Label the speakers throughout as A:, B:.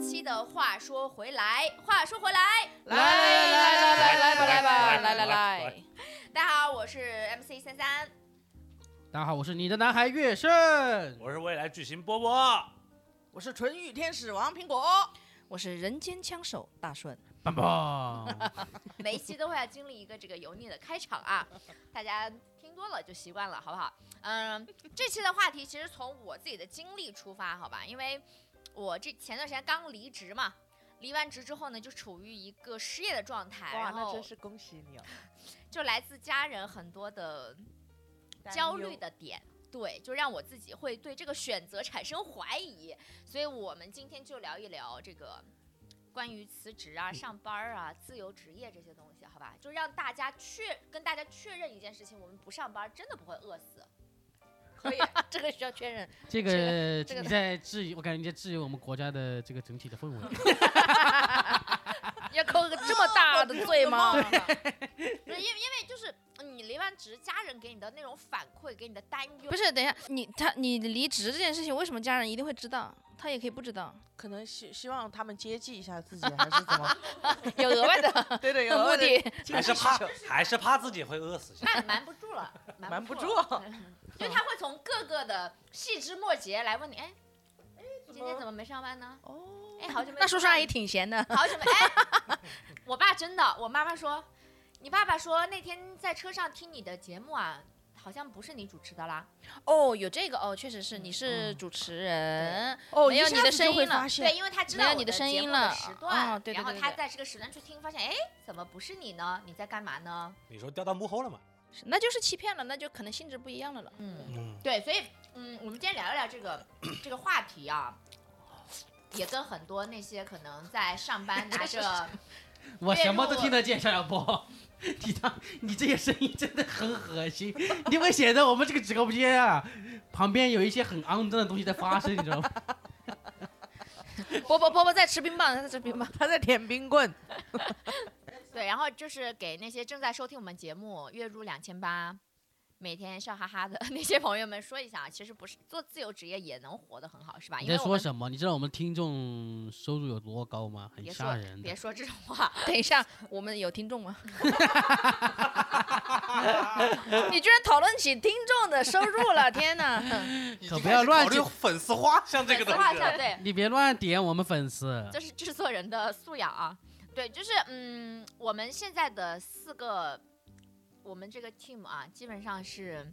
A: 期的话说回来，话说回来，
B: 来来来来来吧来吧来来来，
A: 大家好，我是 MC 三三，
C: 大家好，我是你的男孩月胜，
D: 我是未来巨星波波，
B: 我是纯欲天使王苹果，
E: 我是人间枪手大顺。
C: 棒棒。
A: 每一期都会要经历一个这个油腻的开场啊，大家听多了就习惯了，好不好？嗯，这期的话题其实从我自己的经历出发，好吧？因为我这前段时间刚离职嘛，离完职之后呢，就处于一个失业的状态，
B: 哇，
A: 然
B: 那
A: 后
B: 真是恭喜你哦！
A: 就来自家人很多的焦虑的点，对，就让我自己会对这个选择产生怀疑。所以我们今天就聊一聊这个关于辞职啊、上班儿啊、自由职业这些东西，好吧？就让大家确跟大家确认一件事情：我们不上班真的不会饿死。
E: 可以，这个需要确认。
C: 这个
E: 这个
C: 你在质疑，我感觉你在质疑我们国家的这个整体的氛围。
E: 要扣个这么大的罪吗？
A: 对，因为因为就是你离完职，家人给你的那种反馈，给你的担忧，
E: 不是，等一下，你他你离职这件事情，为什么家人一定会知道？他也可以不知道，
B: 可能希希望他们接济一下自己，还是怎么？
E: 有额外的
B: 对对，有
E: 目的。
D: 还是怕还是怕自己会饿死。
A: 那瞒不住了，瞒
B: 瞒
A: 不
B: 不
A: 住
B: 住
A: 了。 因为他会从各个的细枝末节来问你，哎，今天怎么没上班呢？
B: 哦，
A: 哎，好久没
E: 那叔叔阿姨挺闲的，
A: 好久没哎，我爸真的，我妈妈说，你爸爸说那天在车上听你的节目啊，好像不是你主持的啦。
E: 哦，有这个哦，确实是你是主持人，
B: 哦，
E: 没有
B: 一下
E: 你的
B: 子
E: 声
B: 就会
E: 音了
B: 发现
A: 对，因为他知道
E: 没有
A: 我
E: 你的声
A: 节
E: 音
A: 目
E: 了
A: 的时段，
E: 哦对对
A: 然后
E: 对
A: 他
E: 对
A: 在这个时段去听，发现哎，怎么不是你呢？你在干嘛呢？
D: 你说掉到幕后了嘛？
E: 是那就是欺骗了，那就可能性质不一样了了。
A: 嗯，
D: 嗯，
A: 对，所以嗯，我们今天聊一聊这个 这个话题啊。也跟很多那些可能在上班拿着
C: 我
A: 月
C: 什么
A: 入
C: 都听得见，邵小波。 你他，你这些声音真的很恶心， 你会显得我们这个直播间啊，旁边有一些很肮脏的东西在发生，你知道 吗？
E: 波波波波在吃冰棒，他在吃冰棒。
B: 他在舔冰棍，
A: 对，然后就是给那些正在收听我们节目月入两千八，每天笑哈哈的那些朋友们说一下，啊其实不是做自由职业也能活得很好，是吧？
C: 你
A: 因
C: 在
A: 为我
C: 说
A: 们
C: 什么？你知道我们听众收入有多高吗？很
A: 别
C: 吓
A: 说
C: 人
A: 别
C: 的。
A: 说这种话，
E: 等一下，我们有听众吗？ 你居然讨论起听众的收入了，天哪！
C: 可不要乱讲
D: 粉丝画像这个东
A: 粉丝画
D: 西
A: 像
D: 了。
A: 对，
C: 你别乱点我们粉丝。
A: 这是制作人的素养啊。对，就是嗯，我们现在的四个，我们这个 team 啊，基本上是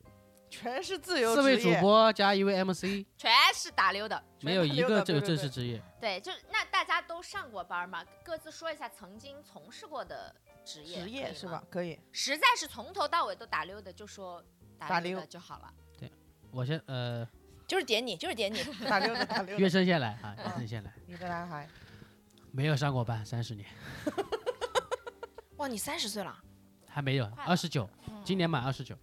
B: 全是自由
C: 四位
B: 职
C: 主
B: 业。
C: 播加一位 MC，
A: 全是打溜的。
C: 没有一
B: 溜
C: 个
B: 达
C: 这
B: 对
C: 个
B: 对
C: 正
B: 对
C: 式职业。
A: 对，就是那大家都上过班嘛，各自说一下曾经从事过的职业，
B: 职业是吧？？可以，
A: 实在是从头到尾都打溜的，就说打
B: 打
A: 溜
B: 溜
A: 的就好了。
C: 我先呃，
E: 就是点你，就是点你。
B: 打六的打六
C: 月
B: 的，
C: 升先来
B: 嗯
C: 啊，月升先来，
B: 你的男孩，
C: 没有上过班三十年，
E: 哇，你三十岁了， 嗯
C: 还没有
A: 快了
C: 二十九，今年满二十九，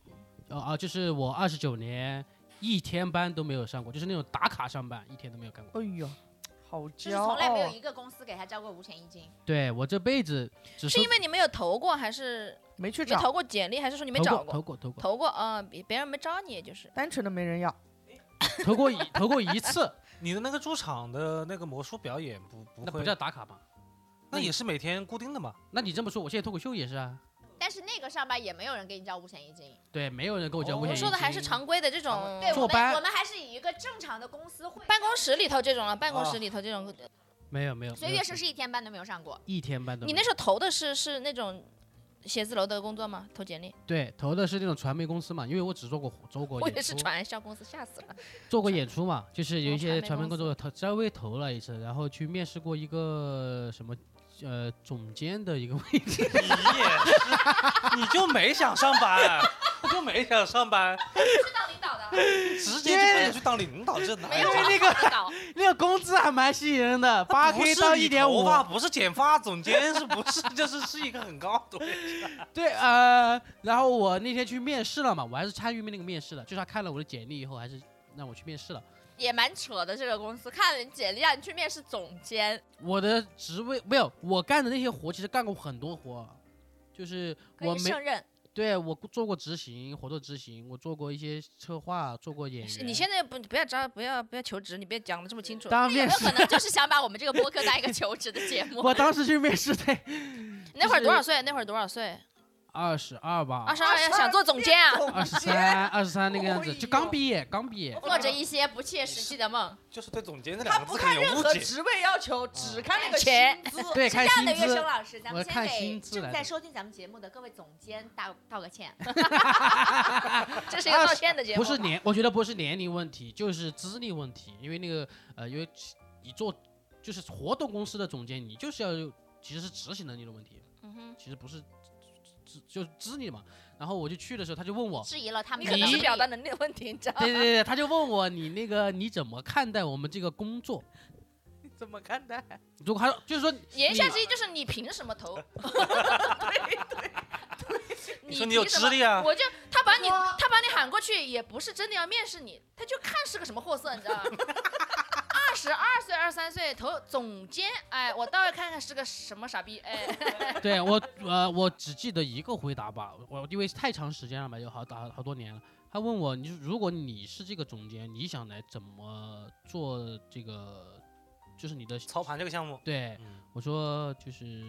C: 哦啊，就是我二十九年一天班都没有上过，就是那种打卡上班，一天都没有干过。
B: 哎呦，好
A: 就
B: 骄
A: 是
B: 傲
A: 从来没有
C: 哦
B: 啊！
A: 一个公司给他交过五险一金。
C: 对我这辈子只
E: 是因为你没有投过，还是
B: 没去
E: 没
B: 找，
E: 投过简历，还是说你没
C: 投
E: 找
C: 过投过投过
E: 投过啊，别别人没招你，就是。
B: 单纯的没人要。
C: 投过 一投过一次，
D: 你的那个驻场的那个魔术表演不不
C: 那
D: 会
C: 不叫，打卡吧？
D: 那也是每天固定的嘛？
C: 那你这么说，我现在脱口秀也是啊。
A: 但是那个上班也没有人给你交五险一金，
C: 对，没有人跟我交
D: 哦
C: 五
E: 我
C: 险
E: 们
C: 一
E: 说的还是
C: 金
E: 常规的这种
A: 对我
C: 嗯坐
A: 们
C: 班
A: 我们还是以一个正常的公司会
E: 办公室里头这种了，办公室里头这种。
C: 没有没有，
A: 所以
C: 没有
A: 月升是一天班都没有上过。
C: 一天班都没
E: 你
C: 有。
E: 那时候投的是是那种写字楼的工作吗？投简历？
C: 对投的是那种传媒公司嘛，因为我只做过做过
E: 我也
C: 演
E: 是
C: 出，
E: 传销公司，吓死了。
C: 做过演出嘛，就是有一些
E: 传
C: 传
E: 媒
C: 媒工
E: 公司
C: 作投稍微投了一次，然后去面试过一个什么呃总监的一个位 置，
D: 你也是，你就没想上班，你就没想上班，
A: 是当领导的，
D: 直接就开始去当领导，这哪
A: 没
D: 有
A: 有
C: 因为那
D: 啊？
A: 个
C: 个
A: 搞。
C: 那个工资还蛮吸引人的，八 K 到一点
D: 不是理
C: 五。
D: 头发不是剪发总监，是不是？就是是一个很高的位置。
C: 对，呃，然后我那天去面试了嘛，我还是参与那个面试的，就是他看了我的简历以后，还是让我去面试了。
A: 也蛮扯的，这个公司看了你简历
E: 啊
A: 让你去面试总监，
C: 我的啊职位没有，我干的那些活其实干过很多活，就是
A: 可
C: 我
A: 以
C: 没
A: 胜任。
C: 对我做过执行，活动执行，我做过一些策划，做过演
E: 是
C: 员。
E: 你现在不不要找不要不要求职，你别讲的这么清楚。
C: 当啊
A: 有
C: 面
A: 没有
C: 试
A: 可，能就是想把我们这个播客当一个求职的节目？
C: 我当时去面试才
E: 那会儿多少岁？那会儿多少
C: 啊
E: 岁？
C: 二十二吧
E: 二，十哦二要想做总监啊？
C: 二 十三，二十三那个样子，就
B: 哎
C: 刚
B: 呦
C: 毕业，刚毕
E: 哦
C: 业。
A: 做着一些不切实际的梦，
D: 就是对总监这
B: 他
D: 两个
B: 不
D: 字
B: 看
D: 很有
B: 任
D: 误
B: 何
D: 解。
B: 职位要求，只 看那个
E: 钱
B: 薪资。
C: 对，
A: 是这
C: 看
A: 样
C: 薪
A: 的，月
C: 资
A: 生。老师，咱
C: 我
A: 们先
C: 看
A: 给
C: 薪资来
A: 正
C: 的
A: 在收听咱们节目的各位总监道道个歉。
E: 这是一个道歉的节目。
C: 不是年，我觉得不是年龄问题，就是资历问题。因为那个呃，因为你做就是活动公司的总监，你就是要有其实是执行能力的问题，
E: 嗯哼，
C: 其实不是资就是资历嘛。然后我就去的时候，他就问我，
A: 质疑了他们
E: 你
A: 的
E: 可能
A: 能
E: 是
A: 力，
E: 表达能力的问题，你知道吗？
C: 对对 对，他就问我你那个你怎么看待我们这个工作？
B: 怎么看待？
C: 如果他就是说
E: 言
C: 你
E: 下之意就是你凭什 么投？
D: 你
E: 你
D: 说你有
E: 凭什
D: 资
E: 么
D: 历啊？
E: 我就他把你他把你喊过去，也不是真的要面试你，他就看是个什么货色，你知道吗？二十二岁、二十三岁投总监，哎，我倒要看看是个什么傻逼，哎，
C: 对我呃，我只记得一个回答吧，我因为太长时间了嘛，有好打好多年了。他问我，你如果你是这个总监，你想来怎么做这个，就是你的
D: 操盘这个项目，
C: 对，
D: 嗯，
C: 我说就是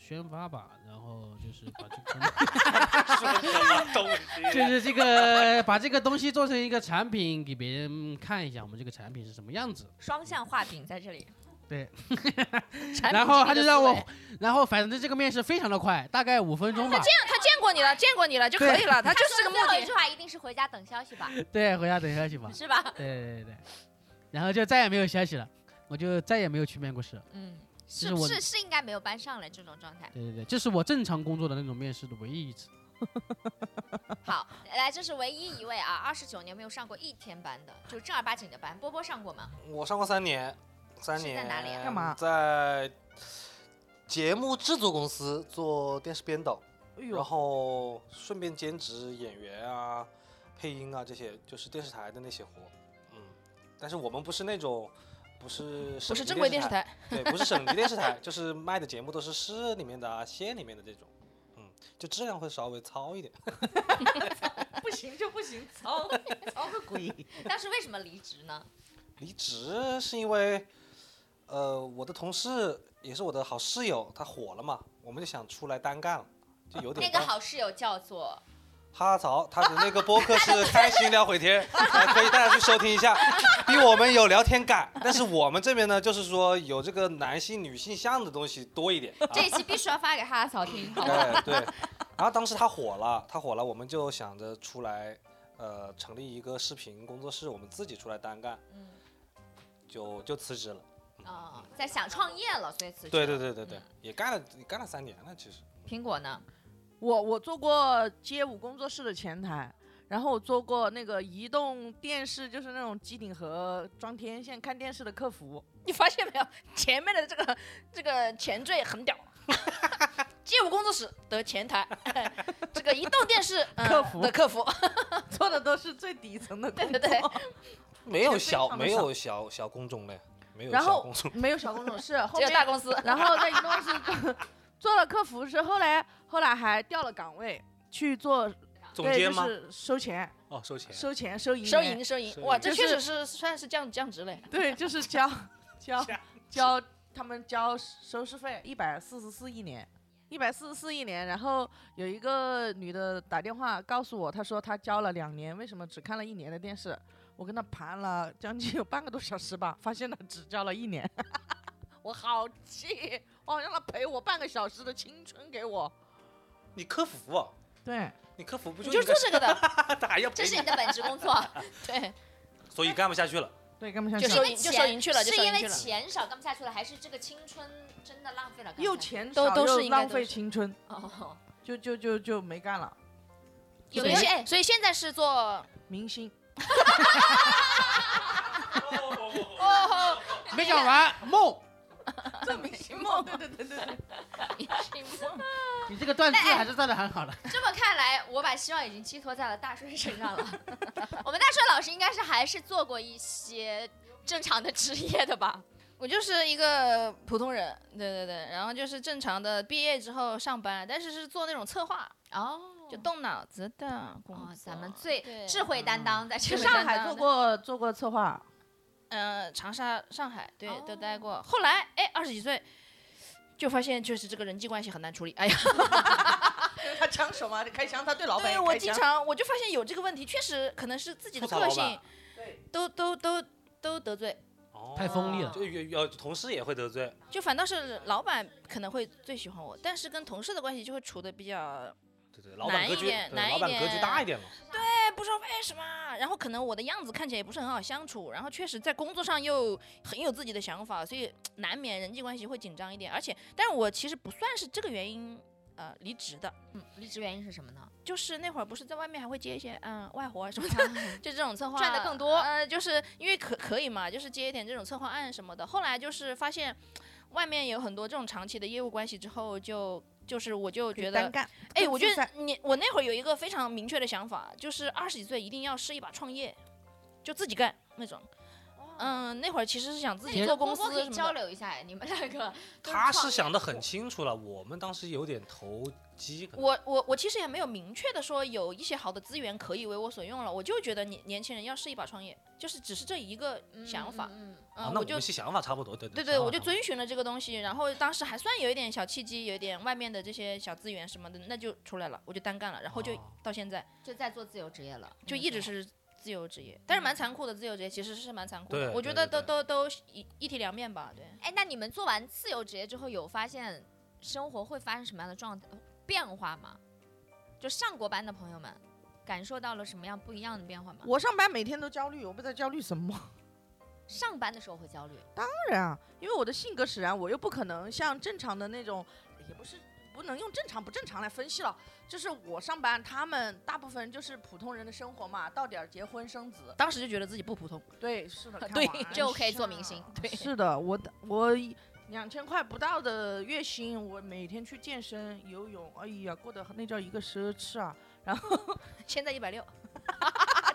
C: 宣发吧，然后就是把这个东
D: 懂
C: 就是这个把这个东西做成一个产品给别人看一下，我们这个产品是什么样子。
A: 双向画饼在这里。
E: 产品
C: 然后
E: 经理
C: 他
E: 的
C: 就
E: 思
C: 让我
E: 维，哦
C: 然后反正这个面试非常的快，大概五分钟吧。
E: 他见过你了，见过你了就可以了，他 就是这个目
A: 最后一
E: 的
A: 句。话一定是回家等消息吧，
C: 对，回家等消息吧。
A: 是吧？
C: 对对对对，然后就再也没有消息了，我就再也没有去面过试了。
A: 嗯，
C: 这
A: 是
C: 是我
A: 是是应该没有班上了这种状态。
C: 对对对，这是我正常工作的那种面试的唯一一次。
A: 好，来，这是唯一一位啊，二十九年没有上过一天班的，就正儿八经的班。波波上 过吗？
D: 我上过三年，三
A: 是
D: 年
A: 在哪里啊
B: 干嘛
D: 在节目制作公司做电视编导，
B: 哎
D: 然
B: 呦，
D: 后顺便兼职演员啊、配音啊这些，就是电视台的那些活。嗯，但是我们不是那种，不是省
E: 不是
D: 级
E: 正规电视
D: 台，
E: 台，
D: 对，不是省级电视台，就是卖的节目都是市里面的、啊、县里面的这种。嗯，就质量会稍微糙一点。
B: 不行就不行，操操个鬼！
A: 当时为什么离职呢？
D: 离职是因为，呃，我的同事也是我的好室友，他火了嘛，我们就想出来单干了，就有点
A: 那个
D: 干
A: 好室友叫做
D: 哈哈曹，他的那个播客是 开心聊会天，呃可以大家去收听一下，比我们有聊天感。但是我们这边呢，就是说有这个男性、女性向的东西多一点。啊
A: 这一期必须要发给哈哈嫂听， 好吧？
D: 对对。然后当时他火了，他火了，我们就想着出来，呃，成立一个视频工作室，我们自己出来单干，
A: 嗯，
D: 就就辞职了。
A: 啊、在想创业了，所以辞职。
D: 对对。对对对
A: 嗯，
D: 也干了也干了三年了，其实。
A: 苹果呢？
B: 我我做过街舞工作室的前台，然后我做过那个移动电视，就是那种机顶盒装天线看电视的客服。
E: 你发现没有？前面的这个这个前缀很屌。 街舞工作室的前台， 这个移动电视、呃
B: 客服
E: 的客服，
B: 做的都是最底层的工作，
E: 对对
D: 没有
B: 非
D: 小
B: 常地
D: 没
B: 少
D: 有小小工种嘞，没有
B: 然
D: 小
B: 后
D: 工种。
B: 没有小工种是后
E: 只有
B: 面
E: 大 公司。
B: 然后在移动公司做 做了客服，是后来后来还调了岗位去做，
D: 总
B: 对，
D: 监
B: 就
D: 吗？
B: 是收钱、
D: 哦，收钱。
B: 收钱、收银、
E: 收银，收银
D: 收，银
E: 哇，这
B: 就是
E: 确实是算是降降职嘞。
B: 对，就是交交交他们交收视费一百四十四一年。一百四十四一年，然后有一个女的打电话告诉我，她说她交了两年，为什么只看了一年的电视？我跟她盘了将近有半个多小时吧，发现她只交了一年，我好气，我好让她赔我半个小时的青春给我。
D: 你客服、啊，
B: 对，
D: 你客服不
E: 你
D: 就
E: 就是做这个的，
D: 他还要
A: 这
D: 赔
A: 是
D: 你
A: 你，的本职工 作，
E: 对，
D: 所以干不下去了。
B: 对，根本想
E: 就
A: 因
E: 收
A: 为
E: 银就
A: 钱
E: 收银去了，就是收
A: 因
E: 银去
A: 为
E: 了。
A: 钱少干不下去了，还是这个青春真的浪费了？
B: 又钱
E: 都
B: 少
E: 都
B: 又
E: 是应该
B: 浪
E: 都
B: 费
E: 是
B: 青春，
A: 哦，
B: 就就就就没干了。
A: 有
E: 有
A: 没
E: 一
A: 有
E: 些，哎所以现在是做
B: 明星
E: 哦，
C: 没讲完，梦，
B: 做 明星梦， 对对对对对，
C: 你这个断字
E: 哎
C: 还是断的很好 的。
A: 这么看来，我把希望已经寄托在了大顺身上了。 我们大顺老师应该是还是做过一些正常的职业的吧？
E: 我就是一个普通人，对对对，然后就是正常的毕业之后上班，但是是做那种策划，
A: 哦，
E: 就动脑子的工作。
A: 哦，咱们最
E: 对
A: 智慧担当在这
B: 去
A: 个
B: 上海做
E: 担当的
B: 过做过策划，
E: 嗯、长沙、上海对、
A: 哦
E: 都待过。后来哎，二十几岁就发现确实这个人际关系很难处理。哎呀，
B: 他抢手嘛，你开枪，他对老板
E: 对
B: 也
E: 我
B: 开
E: 经
B: 枪。
E: 常我就发现有这个问题，确实可能是自己的
D: 吐槽
E: 个
D: 老
E: 性
D: 板，
B: 对
E: 都都都都得罪，
C: 太锋
A: 哦
C: 利了。
D: 就有有同事也会得罪，
E: 就反倒是老板可能会最喜欢我，但是跟同事的关系就会处的比较
D: 对对，老板
E: 难
D: 格
E: 一
D: 局，
E: 点
D: 对
E: 难
D: 老
E: 一
D: 板格局
E: 点
D: 大一点嘛。
E: 哎，不知道为什么，啊然后可能我的样子看起来也不是很好相处，然后确实在工作上又很有自己的想法，所以难免人际关系会紧张一点。而且，但是我其实不算是这个原因呃离职的，
A: 离职原因是什么呢？
E: 就是那会儿不是在外面还会接一些嗯外活什么的， 就这种策划
A: 啊赚得更多
E: 呃，就是因为可可以嘛，就是接一点这种策划案什么的。后来就是发现外面有很多这种长期的业务关系之后就。就是我就觉得
B: 单干，
E: 哎，
B: 更
E: 我觉
B: 自
E: 得
B: 在
E: 你我那会儿有一个非常明确的想法，就是二十几岁一定要试一把创业，就自己干那种。
A: 哦
E: 嗯，那会儿其实是想自己
C: 田
E: 做
A: 波
E: 公
A: 波
E: 司
A: 可以
E: 什
A: 交
E: 么的。
A: 流一下哎，你们两个都
D: 他
A: 创
D: 是想
A: 业
D: 的很清楚了，我们当时有点投机，可能
E: 我我我其实也没有明确的说有一些好的资源可以为我所用了，我就觉得年年轻人要试一把创业，就是只是这一个
A: 嗯
E: 想法。
A: 嗯嗯
D: 啊
E: 嗯，，
D: 那
E: 我
D: 我
E: 就
D: 们是想法差不多，对对
E: 对对，我就
D: 追。
E: 遵循了这个东西，然后当时还算有一点小契机，有一点外面的这些小资源什么的，那就出来了，我就单干了，然后就
C: 哦
E: 到现在
A: 就在做自由职业了，
E: 就一直是自由职业，但是蛮残酷的。自由职业其实是蛮残酷的，
D: 对
E: 我觉得
D: 对
E: 都
D: 对
E: 都都一一体两面吧。对，
A: 哎，那你们做完自由职业之后，有发现生活会发生什么样的状呃变化吗？就上过班的朋友们，感受到了什么样不一样的变化吗？
B: 我上班每天都焦虑，我不知道焦虑什么。
A: 上班的时候会焦虑，
B: 当然啊，因为我的性格使然，我又不可能像正常的那种，也不是不能用正常不正常来分析了。就是我上班，他们大部分就是普通人的生活嘛，到点儿结婚生子。
E: 当时就觉得自己不普通，
B: 对，是的，
E: 对
B: 看完
A: 就可以做明星。对，
B: 是的，我的我两千块不到的月薪，我每天去健身、游泳，哎呀，过得那叫一个奢侈啊！
E: 现在一百六，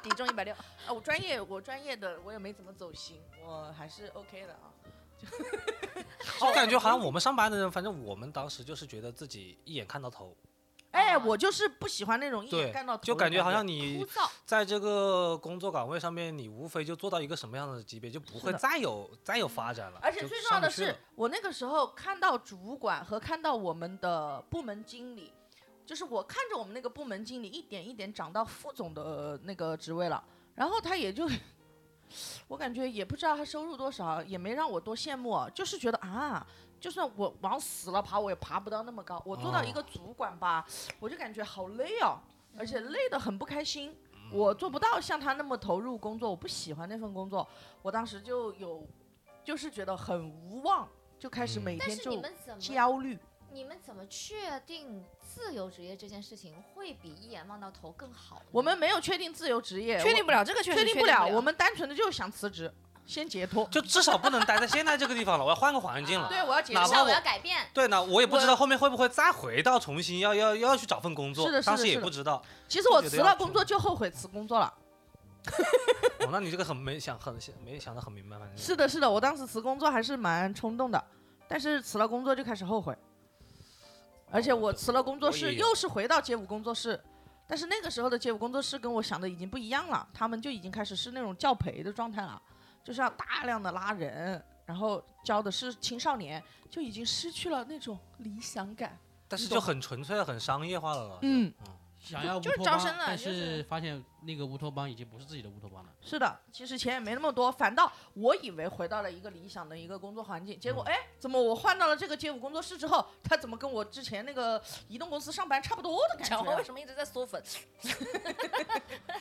E: 体重一百六，
B: 啊，我专业我专业的我也没怎么走心，我还是 OK 的啊。
D: 我感觉好像我们上班的人，反正我们当时就是觉得自己一眼看到头，
B: 哎，
A: 啊
B: 我就是不喜欢那种一眼
D: 对
B: 干到头的，
D: 就感觉好像
A: 枯
D: 你
A: 燥。
D: 在这个工作岗位上面，你无非就做到一个什么样的级别，就不会
B: 的
D: 再有再有发展了。
B: 而且
D: 就
B: 最重
D: 上
B: 要的
D: 不去
B: 是
D: 了，
B: 我那个时候看到主管和看到我们的部门经理，就是我看着我们那个部门经理一点一点长到副总的呃那个职位了，然后他也就，我感觉也不知道他收入多少，也没让我多羡慕，就是觉得啊，就算我往死了爬，我也爬不到那么高，我做到
D: 哦
B: 一个主管吧，我就感觉好累哦，而且累得很不开心。
D: 嗯
B: 我做不到像他那么投入工作，我不喜欢那份工作。我当时就有，就是觉得很无望，就开
D: 嗯
B: 始每
A: 但
B: 天
A: 是你
B: 就
A: 们怎么
B: 焦虑。
A: 你们怎么确定自由职业这件事情会比一眼望到头更好呢？
B: 我们没有确定自由职业，
E: 确定
B: 不
E: 不了这个确实
B: 确
E: 定
B: 定不了，我们单纯的就是想辞职，先解脱。
D: 就至少不能待在现在这个地方了，我要换个环境了。
B: 啊对，我要解
D: 哪
A: 至
D: 怕
A: 少我
B: 脱。
D: 我
A: 要改变。
D: 对呢，我也不知
E: 我
D: 道后面会不会再回到重新要要要去找份工作
B: 是的，是
D: 当
B: 的
D: 时也
B: 是的
D: 不知道。
B: 其实我
D: 就觉
B: 辞
D: 得
B: 了
D: 要
B: 工
D: 出
B: 作就后悔辞工作了。
D: 哦，那你这个很没想很没想的很明白，反正
B: 是的，是的，我当时辞工作还是蛮冲动的，但是辞了工作就开始后悔。而且我辞了工作
D: 哦我
B: 室，
D: 也
B: 又是回到街舞工作室，但是那个时候的街舞工作室跟我想的已经不一样了，他们就已经开始是那种教培的状态了，就是要大量的拉人，然后教的是青少年，就已经失去了那种理想感。
D: 但是
B: 你
D: 就
B: 懂
D: 很纯粹、很商业化了。
B: 嗯，
C: 想要乌
E: 就是
C: 托
E: 招
C: 邦
E: 生了
C: 但
E: 就是
C: 是发现那个乌托邦已经不是自己的乌托邦了。
B: 是的，其实钱也没那么多，反倒我以为回到了一个理想的一个工作环境，结
E: 嗯
B: 果哎、怎么我换到了这个街舞工作室之后，他怎么跟我之前那个移动公司上班差不多的感
E: 讲话为
B: 觉？
E: 什么一直在嗦粉？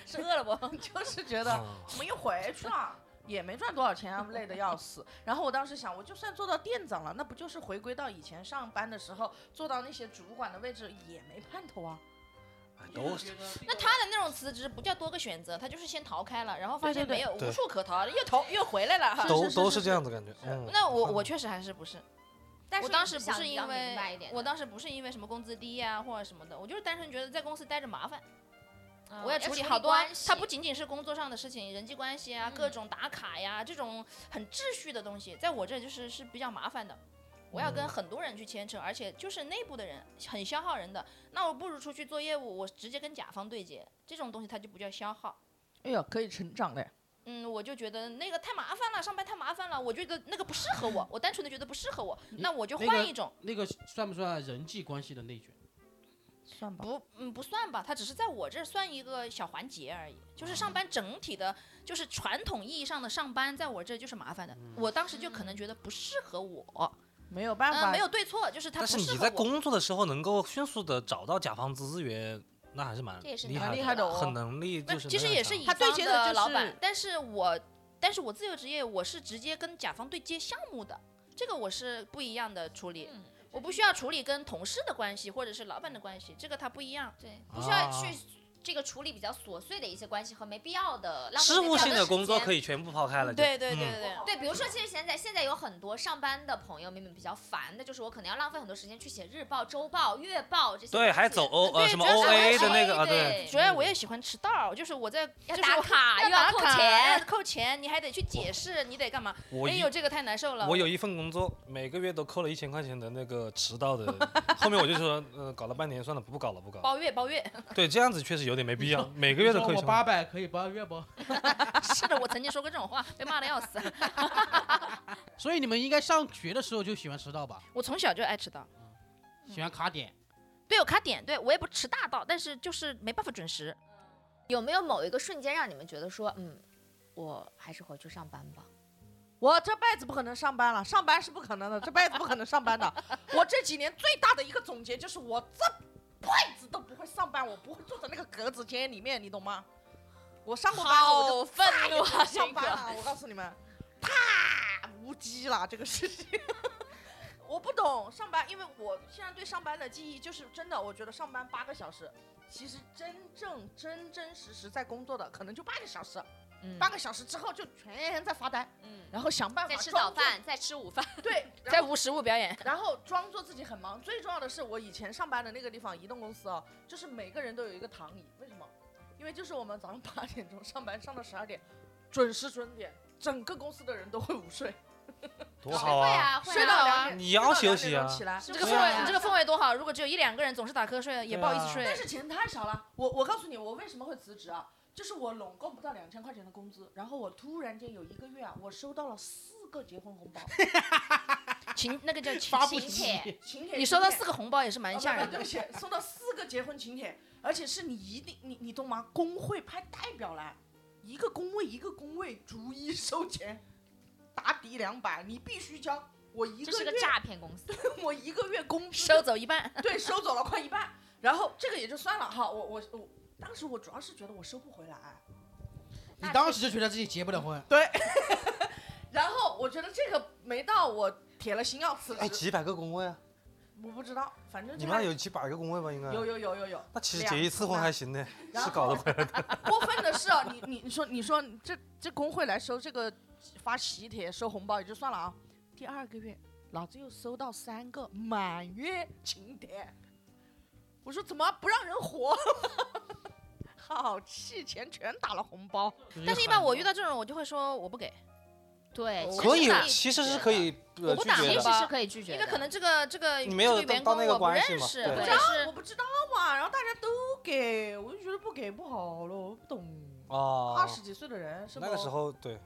E: 是饿了不？
B: 就是觉得
D: 嗯
B: 怎么又回去了，也没赚多少钱啊，累得要死。然后我当时想，我就算做到店长了，那不就是回归到以前上班的时候做到那些主管的位置也没盼头啊？
D: 哎
B: 嗯
D: 都是
E: 啊那他的那种辞职不叫多个选择，他就是先逃开了，然后发现没有
D: 对
E: 无处可逃， 又逃又回来了。
D: 都
B: 是
D: 都
B: 是
D: 是
B: 是
D: 这样子感觉。嗯
E: 那我我确实还是不是，
A: 但是
E: 我当
A: 你
E: 时不
A: 想
E: 是
A: 比
E: 因
A: 较明白一
E: 为
A: 点，
E: 我当时不是因为什么工资低呀、或者什么的，我就是单纯觉得在公司待着麻烦，
A: 嗯
E: 我要处
A: 处
E: 理
A: 理
E: 好多
A: 关，系
E: 它不仅仅是工作上的事情，人际关系啊，
A: 嗯
E: 各种打卡呀，这种很秩序的东西，在我这就是是比较麻烦的。我要跟很多人去牵扯，而且就是内部的人很消耗人的，那我不如出去做业务，我直接跟甲方对接，这种东西它就不叫消耗。
B: 哎呀，可以成长的。
E: 嗯，我就觉得那个太麻烦了，上班太麻烦了，我觉得那个不适合我，我单纯的觉得不适合我，那我就
C: 那个
E: 换一种。
C: 那个算不算人际关系的内卷？
B: 算吧，
E: 不，嗯，不算吧，它只是在我这儿算一个小环节而已。就是上
D: 哦
E: 班整体的，就是传统意义上的上班，在我这儿就是麻烦的。
D: 嗯
E: 我当时就可
B: 嗯
E: 能觉得不适合我，
B: 没有办
E: 嗯、
B: 法，
E: 没有对错，就是它
D: 但
E: 不
D: 是
E: 适合
D: 你
E: 我。
D: 在工作的时候能够迅速的找到甲方资源，那还是蛮
A: 这也是
D: 厉
A: 能
D: 害
B: 力还
E: 哦
B: 懂
D: 很能力
E: 不
D: 就是是
E: 其实也是
D: 一
E: 乙
B: 他对
E: 方
B: 接的就
E: 老
B: 是
E: 板，但是我但是我自由职业，我是直接跟甲方对接项目的，这个我是不一样的处理。
A: 嗯
E: 我不需要处理跟同事的关系或者是老板的关系，这个它不一样。
A: 对，不需要去
D: 啊
A: 这个处理比较琐碎的一些关系和没必要的浪费
D: 事务
A: 掉
D: 性
A: 的
D: 的工作
A: 时间
D: 可以全部抛开了。就
E: 对对
D: 嗯
E: 对对对，
A: 对，比如说，其实现在现在有很多上班的朋友们比较烦的，就是我可能要浪费很多时间去写日报、周报、月报这些东西。
D: 对，还走 O 呃
E: 对
D: 什么
E: 主要是
D: OA 的那
A: OA
D: 个啊，对，
A: 对
E: 主要我也喜欢迟到，就是我在
A: 要
E: 就是
A: 打
E: 我
A: 卡，
E: 啊要
A: 又
E: 打
A: 扣
E: 卡
A: 钱
E: 要，扣钱，你还得去解释，你得干嘛？
D: 我
E: 哎
D: 一
E: 呦，这个太难受了。
D: 我有一份工作，每个月都扣了一千块钱的那个迟到的，后面我就说，呃，搞了半年算了，不搞了，不 搞了。
E: 包月包月，
D: 对，这样子确实有点没必要，每个
C: 你
D: 月都
C: 说
D: 扣一
C: 我
D: 千。
C: 八百可以包月不？
E: 是的，我曾经说过这种话，被骂的要死。
C: 所以你们应该上学的时候就喜欢迟到吧？
E: 我从小就爱迟到，
C: 喜欢卡点，
E: 对我卡点，对我也不迟大到，但是就是没办法准时。
A: 有没有某一个瞬间让你们觉得说，嗯，我还是回去上班吧？
B: 我这辈子不可能上班了，上班是不可能的，这辈子不可能上班的。我这几年最大的一个总结就是，我这辈子都不会上班，我不会坐在那个格子间里面，你懂吗？我上过班，我就
E: 好愤
B: 再也不
E: 怒啊！
B: 会
E: 这
B: 上班
E: 个
B: 了。我告诉你们，啪，无稽了这个事情。 我不懂上班，因为我现在对上班的记忆就是真的，我觉得上班八个小时，其实真正真真实实在工作的可能就八个小时，
A: 嗯
B: 八个小时之后就全在发呆，
A: 嗯，
B: 然后想办法
A: 在吃
B: 装
A: 早饭，在吃午饭，
B: 作，对，
E: 在
B: 然后
E: 无实物表演，
B: 然后装作自己很忙。最重要的是，我以前上班的那个地方，移动公司哦，就是每个人都有一个躺椅，为什么？因为就是我们早上八点钟上班，上到十二点，准时准点，整个公司的人都会午睡，
D: 多好
A: 会
D: 啊！
A: 啊，会
B: 睡
A: 啊
B: 到两点，
D: 你要
B: 睡到
D: 休息
B: 两点
D: 啊
B: 钟起来。
A: 是
E: 这
A: 不
E: 个氛
A: 是啊
E: 围，这个氛围多好！如果只有一两个人总是打瞌睡，也
D: 对
E: 不好意思
D: 啊
E: 睡
B: 但。是钱太少了，我我告诉你，我为什么会辞职啊？就是我拢共不到两千块钱的工资，然后我突然间有一个月啊，我收到了四个结婚红包，
E: 请那个叫请
C: 发布
A: 请
C: 集
A: 帖
B: 请帖
E: 你收到
B: 请帖
E: 四个红包也是蛮
B: 哦
E: 吓
B: 不
E: 人
B: 不
E: 的
B: 对。不起，收到四个结婚请帖，而且是你一定你你懂吗？工会派代表来，一个工位一个工位逐一收钱，打底两百，你必须交。我一
A: 这
B: 个
A: 是
B: 月
A: 个诈骗公司。
B: 我一个月工资
E: 收走 一半，
B: 对收走了快一半，然后这个也就算了哈，我我我当时我主要是觉得我收不回来，
C: 你当时就觉得自己结不了婚。
B: 然后我觉得这个没到我铁了心要辞
D: 哎，
B: 职，
D: 几百个工位啊！
B: 我不知道，反正
D: 你
B: 就
D: 们那
B: 是
D: 有几百个工位吧？应该。
B: 有有有有有，
D: 那其实
B: 两
D: 结一次婚还行呢，
B: 然
D: 是搞得
B: 后
D: 回来的。
B: 过分的是、啊，你你 你说你说这这工会来收这个发喜帖收红包也就算了啊，第二个月老子又收到三个满月请帖，我说怎么不让人活？ 好气，钱全打了红包，
E: 但是一般我遇到这种，我就会说我不给。
A: 对，
E: 我
A: 其实
D: 可以
A: 是
E: 打，
D: 其实是可以
E: 我
D: 呃
E: 不
D: 拒
E: 打
D: 绝
A: 其
E: 红
D: 的
E: 包。
A: 实是可以拒绝的。
E: 因为可能这个这个
D: 你没有
E: 这个员
D: 到
E: 工
D: 到那个
E: 我不
D: 关
E: 认
D: 系嘛
E: 识，
D: 对
E: 或
A: 对
E: 者
B: 我
E: 是
B: 不知道嘛，然后大家都给，我就觉得不给不好了，我不懂。
D: 哦
B: 二，十几岁的人是不？
D: 那个时候对，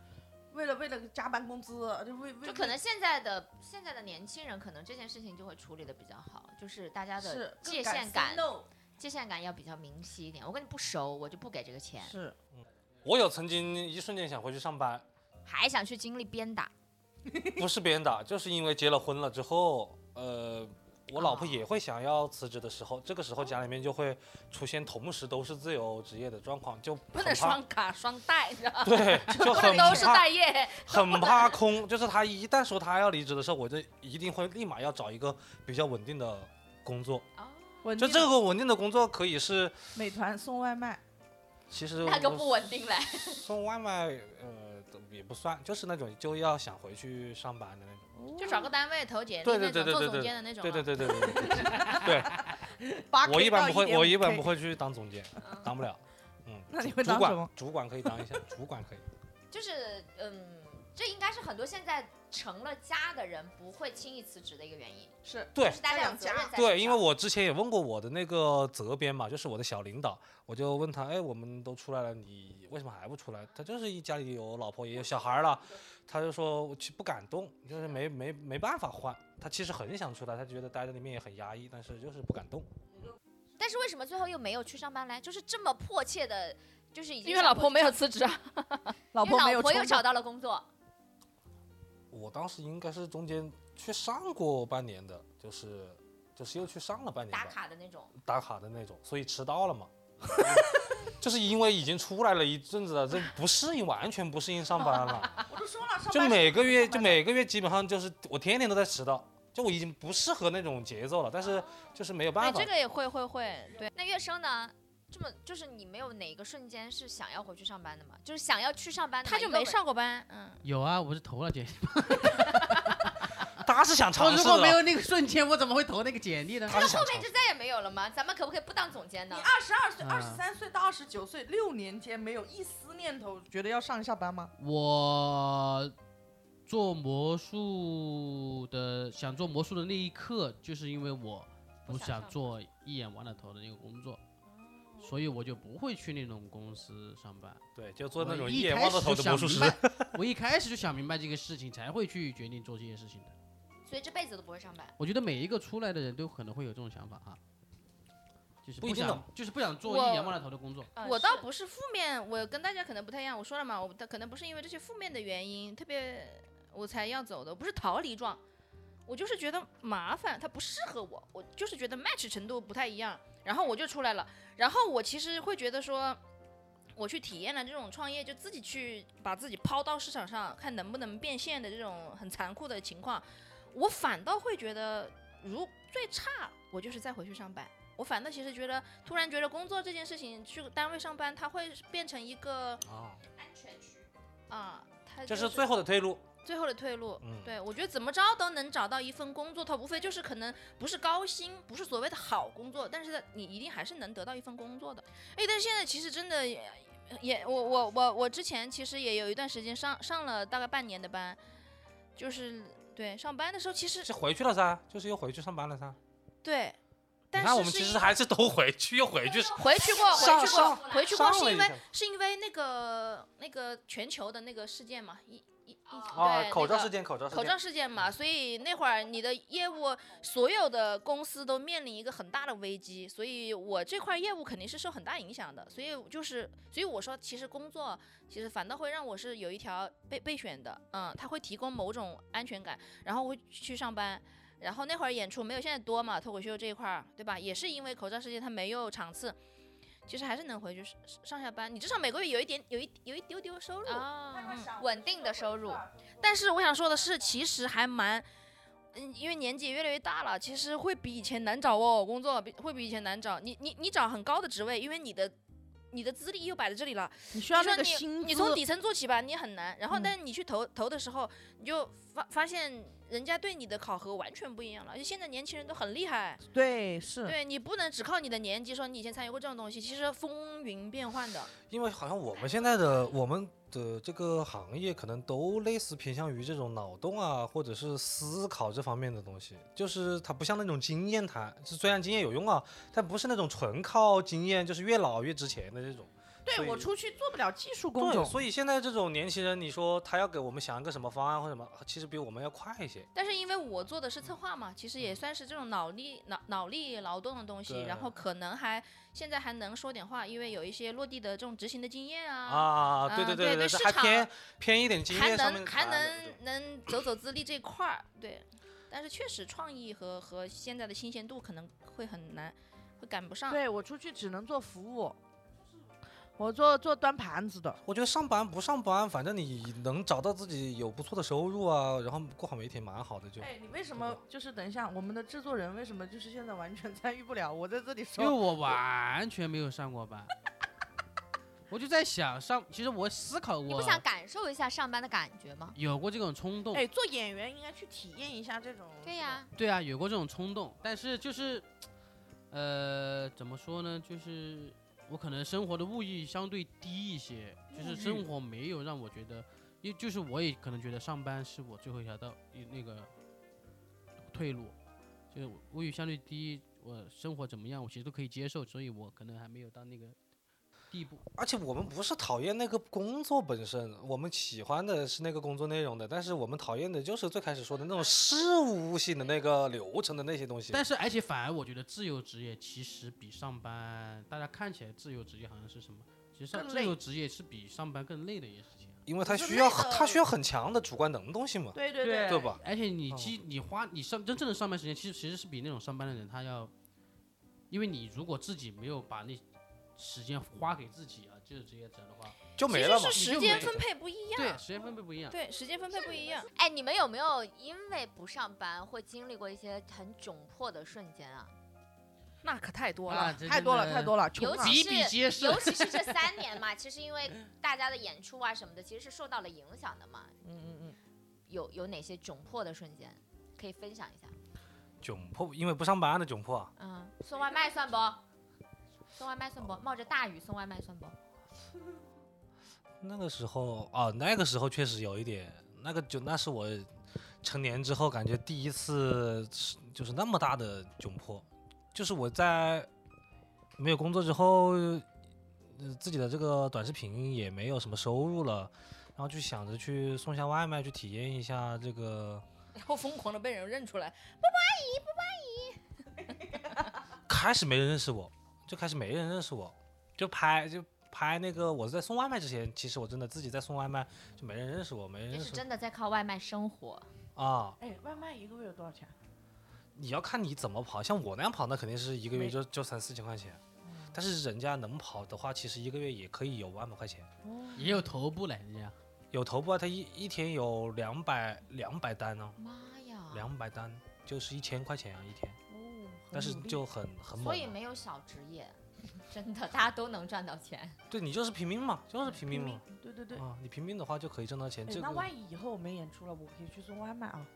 B: 为了为了加班工资，啊就为为
A: 就可能现在的现在的年轻人，可能这件事情就会处理的比较好，就是大家的
B: 是
A: 界限感
B: say no
A: 界限感要比较明晰一点。我跟你不熟，我就不给这个钱，
B: 是
D: 我有曾经一瞬间想回去上 班，
A: 还想去经历鞭打。
D: 不是别人打，就是因为结了婚了之后，呃，我老婆也会想要辞职的时候，这个时候家里面就会出现同时都是自由职业的状况，就
E: 不
D: 很
E: 能
D: 怕
E: 双卡双待，你知道吗？
D: 对，就很
E: 都是
D: 怕
E: 待业，
D: 很怕空，就是他一旦说他要离职的时候，我就一定会立马要找一个比较稳定的工作，
A: 哦，
B: 稳
E: 嗯
D: 就
B: 定
D: 这个稳定的工作可以是，
B: 美团送外卖。
D: 其 实
A: 那个
D: 我
A: 不稳定 嘞。
D: 送外卖，呃，都也不算，就是那种就要想回去上班的那种。
B: 哦
E: 就找个单位投简历
D: 对
E: 那
D: 对对
E: 种
D: 对
E: 做
D: 对
E: 总监的那种
D: 对
E: 啊。
D: 对对对对对，
B: 八
D: 我一般不会，我一般不
B: 会。
D: 会去当总监，当不了。嗯，
B: 那你
D: 主
B: 会当
D: 主管
B: 什么
D: 主管可以当一下，主管可以。
A: 就是嗯，这应该是很多现在成了家的人不会轻易辞职的一个原因，
B: 是
D: 对
A: 就是大家有责任在身上
D: 对，因为我之前也问过我的那个责编嘛，就是我的小领导，我就问他，哎，我们都出来了，你为什么还不出来？他就是一家里有老婆也有小孩儿了，他就说我去不敢动，就是没没没办法换。他其实很想出来，他觉得待在里面也很压抑，但是就是不敢动。
A: 但是为什么最后又没有去上班来？就是这么迫切的，就是已经
E: 因为老婆
A: 想过
E: 没有辞职啊，
B: 老
A: 因为
B: 婆没
A: 老
B: 有
A: 婆
B: 冲
A: 又
B: 动
A: 找到了工作，
D: 我当时应该是中间去上过半年的，就是就是又去上了半年
A: 打
D: 吧，
A: 卡的那种。
D: 打卡的那种，所以迟到了嘛。 就是因为已经出来了一阵子了，这不适应，完全不适应上班 了。
B: 我都说了，上
D: 就
B: 班是
D: 每个月，
B: 上班
D: 就每个月基本上就是我天天都在迟到，就我已经不适合那种节奏了。但
A: 哦
D: 是就是没有
E: 哎，
D: 办法
E: 这，个也会会会，对，
A: 那月升呢？这么就是你没有哪一个瞬间是想要回去上班的吗？就是想要去上班的吗，
E: 他就没
A: 一个
E: 上过班，嗯，
C: 有啊，我是投了简历。
D: 他是想
C: 我
D: 尝
C: 如
E: 哦
D: 试
C: 果没
D: 的，
C: 有那个瞬间，我怎么会投那个简历呢？
D: 他是
A: 后
D: 想尝
A: 面就再也没有了吗？咱们可不可以不当总监
B: 你
A: 呢？
B: 二十二岁、
C: 嗯
B: 二十三岁到二十九岁六年间，没有一丝念头觉得要上一下班吗？
C: 我做魔术的，想做魔术的那一刻，就是因为我不想做一眼望到头的那个工作，所以我就不会去那种公司上班。
D: 对，就做那
C: 我
D: 种
C: 一
D: 眼
C: 开
D: 望
C: 始
D: 到头
C: 就
D: 的
C: 想
D: 魔术
C: 明
D: 师。
C: 白，我一开始就想明白这个事情，才会去决定做这些事情的。
A: 所以这辈子都不会上班。
C: 我觉得每一个出来的人都可能会有这种想法啊，就是
D: 不一定
C: 想
D: 的，
C: 就是不想做
E: 我
C: 一眼望到头的工作。
A: 呃啊
E: 我倒不是负面，我跟大家可能不太一样。我说了嘛，我可能不是因为这些负面的原因，特别我才要走的，我不是逃离状，我就是觉得麻烦，它不适合我，我就是觉得 match 程度不太一样，然后我就出来了。然后我其实会觉得说，我去体验了这种创业，就自己去把自己抛到市场上，看能不能变现的这种很残酷的情况，我反倒会觉得，如最差我就是再回去上班。我反倒其实觉得，突然觉得工作这件事情，去单位上班，它会变成一个
D: 啊，
E: 啊，它
D: 这
E: 哦就是
D: 是最后的退路。
E: 最后的退路。
D: 嗯
E: 对，我觉得怎么着都能找到一份工作，它无非就是可能不是高薪，不是所谓的好工作，但是你一定还是能得到一份工作的。哎，但是现在其实真的也也，我我我我之前其实也有一段时间上上了大概半年的班，就是对上班的时候其实
D: 这回去了噻，就是又回去上班了噻。
E: 对，
D: 你
E: 但
D: 看我
E: 是
D: 们
E: 是
D: 其
E: 因
D: 实还是都回去，又回去。
E: 回去过，
D: 上
E: 回去过
D: 上，
E: 回去过，
D: 上了
E: 是因
D: 一
E: 为
D: 下
E: 是因为那个那个全球的那个事件嘛，一一一
D: 啊，
E: 对
D: 口罩
E: 那个
D: 事件，口罩事
E: 口
D: 件嗯
E: 罩。事件嘛，所以那会儿你的业务所有的公司都面临一个很大的危机，所以我这块业务肯定是受很大影响的。所以就是，所以我说，其实工作其实反倒会让我是有一条备备选的，嗯，它会提供某种安全感，然后会去上班。然后那会儿演出没有现在多嘛，脱口秀这一块儿，对吧？也是因为口罩事件它没有场次，其实还是能回去上上下班。你至少每个月有一点有一有一丢丢收入，
A: 啊
E: 嗯
A: 稳定的收入，
E: 但是我想说的是，其实还蛮，嗯，因为年纪也越来越大了，其实会比以前难找哦，工作比会比以前难找。你你你找很高的职位，因为你的你的资历又摆在这里了，
B: 你需要
E: 你说
B: 那个
E: 你
B: 薪
E: 你从
B: 资，
E: 底层做起吧，你很难。然后，
B: 嗯
E: 但是你去投投的时候，你就发发现人家对你的考核完全不一样了，而且现在年轻人都很厉害。
B: 对，是
E: 对你不能只靠你的年纪说你以前参与过这种东西，其实风云变幻的。
D: 因为好像我们现在的我们的这个行业，可能都类似偏向于这种脑洞啊，或者是思考这方面的东西。就是它不像那种经验谈，是虽然经验有用啊，但不是那种纯靠经验，就是越老越值钱的这种。所
B: 对
D: 以
B: 我出去做不了技术工
D: 对，
B: 种，
D: 所以现在这种年轻人，你说他要给我们想一个什么方案或什么，其实比我们要快一些。
E: 但是因为我做的是策划嘛，其实也算是这种脑力、脑脑力劳动的东西，
D: 对
E: 然后可能还现在还能说点话，因为有一些落地的这种执行的经验啊，
D: 啊，对
E: 嗯
D: 对
E: 对
D: 对
E: 对
D: 这
E: 市
D: 还
E: 场
D: 偏偏一点经
E: 还
D: 验上面
E: 能
D: 的
E: 还
D: 答案的这种
E: 能能走走资历这一块儿，对。但是确实创意和和现在的新鲜度可能会很难，会赶不上。
B: 对我出去只能做服务，我做做端盘子的，
D: 我觉得上班不上班，反正你能找到自己有不错的收入啊，然后过好每一天蛮好的就。
B: 哎，你为什么就是等一下，我们的制作人为什么就是现在完全 参与不了？我在这里
C: 因为
B: 说，
C: 我完全没有上过班，我就在想上。其实我思考
A: 你不
C: 过，
A: 想感受一下上班的感觉吗？
C: 有过这种冲动。
B: 哎，做演员应该去体验一下这种。
A: 对呀、
C: 对啊，有过这种冲动，但是就是，呃，怎么说呢？就是我可能生活的物欲相对低一些，就是生活没有让我觉得因为就是我也可能觉得上班是我最后一条道那个退路，就是我物欲相对低，我生活怎么样，我其实都可以接受，所以我可能还没有到那个地步。
D: 而且我们不是讨厌那个工作本身，我们喜欢的是那个工作内容的，但是我们讨厌的就是最开始说的那种事务性的那个流程的那些东西。
C: 但是而且反而我觉得自由职业其实比上班，大家看起来自由职业好像是什么，其实上
B: 更
C: 自由
B: 累
C: 职业是比上班更累的一件事情。啊
D: 因为它
B: 是
D: 需
B: 那
D: 要很
B: 个
D: 它需要很强的主观能动性嘛，
B: 对对
D: 对吧？
C: 而且你
D: 哦
C: 其你花你上真正的上班时间，其实其实是比那种上班的人他要，因为你如果自己没有把那时间花给自己啊，就是职业者的话，
D: 就
E: 其
D: 没了
E: 实
D: 嘛
E: 是。时
C: 就
E: 间
C: 没
E: 分配不一
C: 对
E: 样，
C: 时间分配不一样。
E: 对，时间分配不一 样。
A: 哎，你们有没有因为不上班会经历过一些很窘迫的瞬间啊？
E: 那可太多
C: 啊
E: 了。
C: 这
B: 太
C: 真
B: 多
C: 的
B: 了，太多了，穷
A: 尤
B: 啊！
A: 其
C: 比比
A: 是
C: 皆是。
A: 尤其是这三年嘛，其实因为大家的演出啊什么的，其实是受到了影响的嘛。
B: 嗯嗯嗯，
A: 有有哪些窘迫的瞬间可以分享一下？
D: 窘迫，因为不上班的窘迫啊。
A: 嗯，送外卖算不？送外卖算不？冒着大雨送外卖算不？
D: 那个时候啊，那个时候确实有一点，那个就那是我成年之后感觉第一次是就是那么大的窘迫，就是我在没有工作之后，呃，自己的这个短视频也没有什么收入了，然后就想着去送下外卖，去体验一下这个
E: 然后疯狂的被人认出来，
D: 开始没人认识我，就开始没人认识我，就拍就拍那个我在送外卖之前，其实我真的自己在送外卖，就没人认识我，没人
A: 就
D: 认
A: 是
D: 识
A: 真的在靠外卖生活。
D: 我啊。
B: 哎，外卖一个月多少钱？
D: 你要看你怎么跑，像我那样跑，那肯定是一个月
B: 没
D: 就就三四千块钱。但是人家能跑的话，其实一个月也可以有万把块钱。
B: 哦
C: 也有头部来人家，
D: 有头部啊，他一一天有两百两百单呢、
A: 妈呀！
D: 两百单就是一千块钱啊一天，
B: 哦，
D: 但是就很很猛
A: 所以
D: 啊。
A: 没有小职业， 真的大家都能赚到钱。
D: 对你就是平民嘛，就是平民嘛。
B: 对对对。
D: 啊，你平民的话就可以挣到钱。
B: 哎
D: 这
B: 那
D: 个
B: 万一以后我没演出了，我可以去送外卖啊！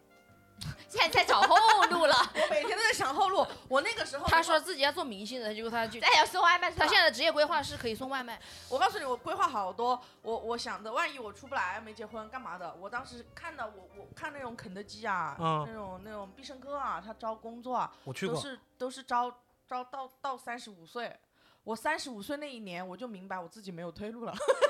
A: 现在在找后路了，
B: 我每天都在想后路。 我那个时候，
E: 他说自己要做明星的，结果他就
A: 再要送 外卖
E: 他
A: 算
E: 现
A: 了。
E: 在的职业规划是可以送外卖，
B: 我告诉你，我规划好多，我我想着万一我出不来，没结婚干嘛的？我当时看到我我看那种肯德基啊，
D: 嗯
B: 那种那种必胜客啊，他招工作啊，
D: 我去
B: 都
D: 过，
B: 是都是招招到到三十五岁。我三十五岁那一年，我就明白我自己没有退路了。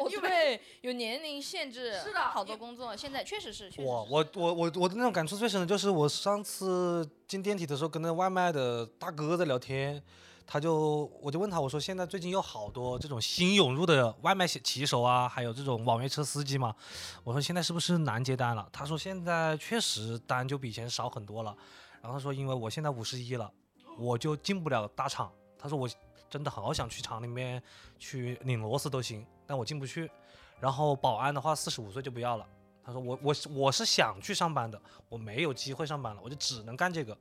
E: 哦
B: 因为
E: 对，有年龄限制，
B: 是的
E: 好多
B: 因
E: 工作现在确实是，确实
D: 我
E: 是
D: 我我我我的那种感触最深的就是我上次进电梯的时候跟那外卖的大哥在聊天，他就我就问他我说现在最近有好多这种新涌入的外卖骑骑手啊，还有这种网约车司机嘛，我说现在是不是难接单了？他说现在确实单就比以前少很多了，然后他说因为我现在五十一了，我就进不了大厂，他说我真的好想去厂里面去拧螺丝都行，但我进不去。然后保安的话，四十五岁就不要了。他说我我是我是想去上班的，我没有机会上班了，我就只能干这个。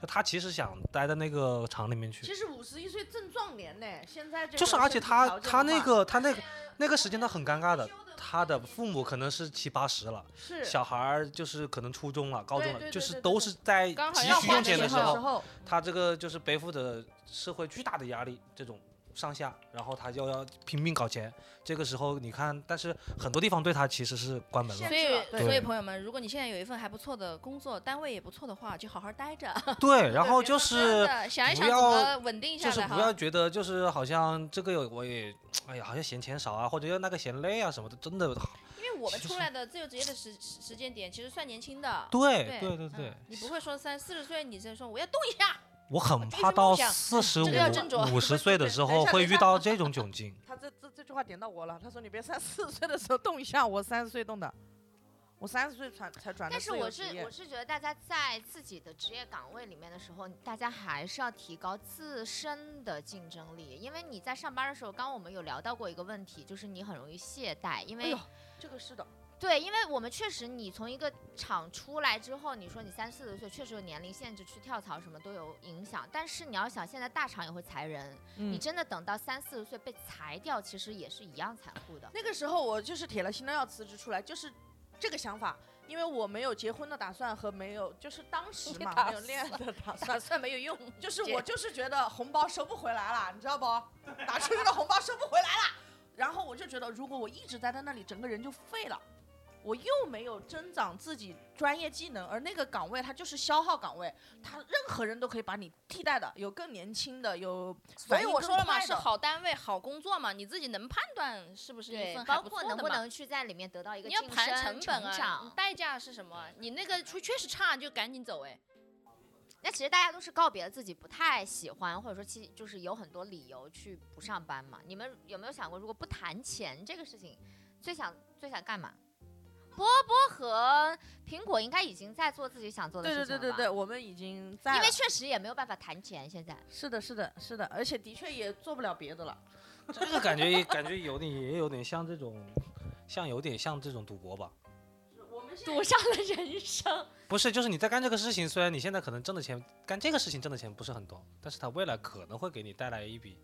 D: 就他其实想待在那个厂里面去，
B: 其实五十一岁正壮年呢，现在这
D: 就是而且他他那
B: 个
D: 个他那个那个时间他很尴尬的，他的父母可能是七八十了，
B: 是
D: 小孩儿就是可能初中了、高中
B: 对
D: 了，
B: 对
D: 就
B: 对
D: 是
B: 对
D: 都
B: 对
D: 是在
E: 刚好
D: 急
E: 要
D: 需
E: 花
D: 用
E: 的
D: 钱
E: 时
D: 的时
E: 候
D: 候，他这个就是背负着社会巨大的压力，这种上下，然后他就要拼命搞钱。这个时候你看，但是很多地方对他其实是关门了
B: 限。
E: 所
B: 制了
E: 以
B: 对
E: 所以朋友们，如果你现在有一份还不错的工作，单位也不错的话，就好好待着，
D: 对，然后
B: 别
D: 就
B: 的
E: 真
D: 是
E: 的 想
D: 呃
E: 一
D: 不
E: 想怎
D: 要
E: 么稳定
D: 就
E: 下
D: 是
E: 来
D: 不要
E: 哈。
D: 觉得就是好像这个有我也哎呀，好像嫌钱少啊，或者又那个嫌累啊什么的，真的
E: 因为我们
D: 是
E: 出
D: 是
E: 来的自由职业的时时时间点，其实算年轻的。
D: 对
E: 对
D: 对对对
E: 嗯，你不会说三四十岁你再说我要动一下，
D: 我很
E: 追
D: 怕
E: 逐
D: 到
E: 梦想
D: 四十
E: 这个要斟
D: 五
E: 酌
D: 五十岁的时
B: 等一
D: 候
B: 下
D: 会
B: 等一
D: 遇
B: 下
D: 到这种窘境。
B: 他这这这句话点到我了，他说你别三四岁的时候动一下，我三十岁动的，我三十岁才才转的
A: 但是
B: 自由
A: 我
B: 职
A: 是
B: 业
A: 我是觉得大家在自己的职业岗位里面的时候，大家还是要提高自身的竞争力，因为你在上班的时候，刚刚我们有聊到过一个问题，就是你很容易懈怠，因
B: 哎
A: 为、
B: 呦这个是的，
A: 对，因为我们确实你从一个厂出来之后，你说你三四十岁确实有年龄限制，去跳槽什么都有影响，但是你要想现在大厂也会裁人，你
B: 嗯，
A: 真的等到三四十岁被裁掉，其实也是一样残酷的。
B: 那个时候我就是铁了心的要辞职出来，就是这个想法。因为我没有结婚的打算和没有，就是当时嘛
E: 打
B: 没有恋爱的打算
E: 打，算没有用，
B: 就是
E: 姐
B: 我就是觉得红包收不回来了，你知道不？打出去的红包收不回来了，然后我就觉觉得，如果我一直待在那里，整个人就废了。我又没有增长自己专业技能，而那个岗位它就是消耗岗位，它任何人都可以把你替代的，有更年轻的，有
E: 所以我说了嘛，
B: 反应更快
E: 是
B: 的
E: 好单位、好工作嘛，你自己能判断是不是一
A: 对
E: 份，还
A: 包
E: 不
A: 括
E: 错的
A: 能不
E: 嘛
A: 能去在里面得到一个
E: 你要
A: 晋
E: 盘
A: 升
E: 成本啊，你
A: 长。
E: 代价是什么啊？你那个确确实差就赶紧走哎。
A: 那其实大家都是告别了自己不太喜欢，或者说其实就是有很多理由去不上班嘛。你们有没有想过，如果不谈钱这个事情，最想最想干嘛？波波和苹果应该已经在做自己想做的
B: 对
A: 事情
B: 对对
A: 了
B: 对
A: 吧
B: 对，我们已经在了，
A: 因为确实也没有办法谈钱，现在
B: 是的，是的，是的，而且的确也做不了别的了。
D: 这个感觉感觉有点也有点像这种，像有点像这种赌博吧。
B: 我们现
A: 赌上了人 生。
D: 不是，就是你在干这个事情，虽然你现在可能挣的钱干这个事情挣的钱不是很多，但是它未来可能会给你带来一笔，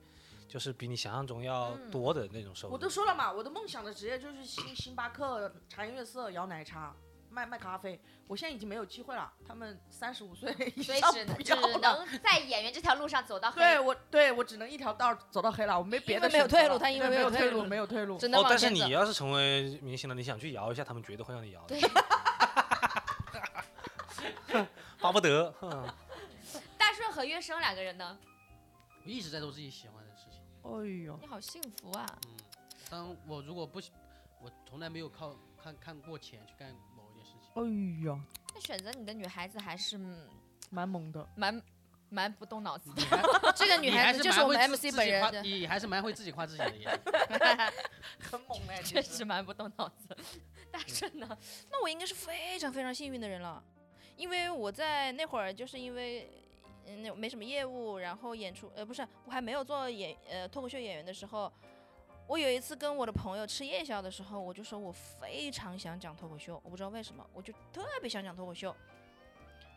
D: 就是比你想象中要
A: 嗯
D: 多的那种收入。哦
B: 我都说了嘛，我的梦想的职业就是星星巴克、茶颜悦色、摇奶茶、卖卖咖啡。我现在已经没有机会了，他们三十五岁以
A: 所以
B: 上
A: 只
B: 不
A: 能只
B: 要了。
A: 能在演员这条路上走到黑。
B: 对我，对我只能一条道儿走到黑了，我没别的
E: 因为没有
B: 选择了
E: 退路他因为
B: 对
E: 没
B: 没
E: 有退
B: 退
E: 路
B: 路，没有退路。
E: 只能
D: 哦，
E: 往
D: 但是
E: 前
D: 你
E: 走。
D: 要是成为明星了，你想去摇一下，他们绝对会让你摇的，
A: 对，
D: 巴不得。 哼
A: 大顺和月生两个人呢？
C: 我一直在做自己喜欢的事情。
B: 哎呦，
E: 你好幸福啊！
C: 嗯，当我如果不喜，我从来没有靠看看过钱去干某一件事情。
B: 哎呦，
A: 那选择你的女孩子还是嗯
B: 蛮猛 的。
A: 蛮蛮不动脑子的。
C: 你还
E: 这 个女孩
C: 你还
E: 子
C: 是
E: 就是
C: 蛮
E: 我们
C: 会自
E: MC
C: 自
E: 本
C: 己
E: 人
C: 夸
E: 的，
C: 你还是蛮会自己夸自己的也。
B: 很猛 哎、
A: 确实蛮不动脑子。大顺呢？
E: 那我应该是非常非常幸运的人了，因为我在那会儿就是因为。嗯，那没什么业务，然后演出，呃，不是，我还没有做演，呃，脱口秀演员的时候，我有一次跟我的朋友吃夜宵的时候，我就说我非常想讲脱口秀，我不知道为什么，我就特别想讲脱口秀，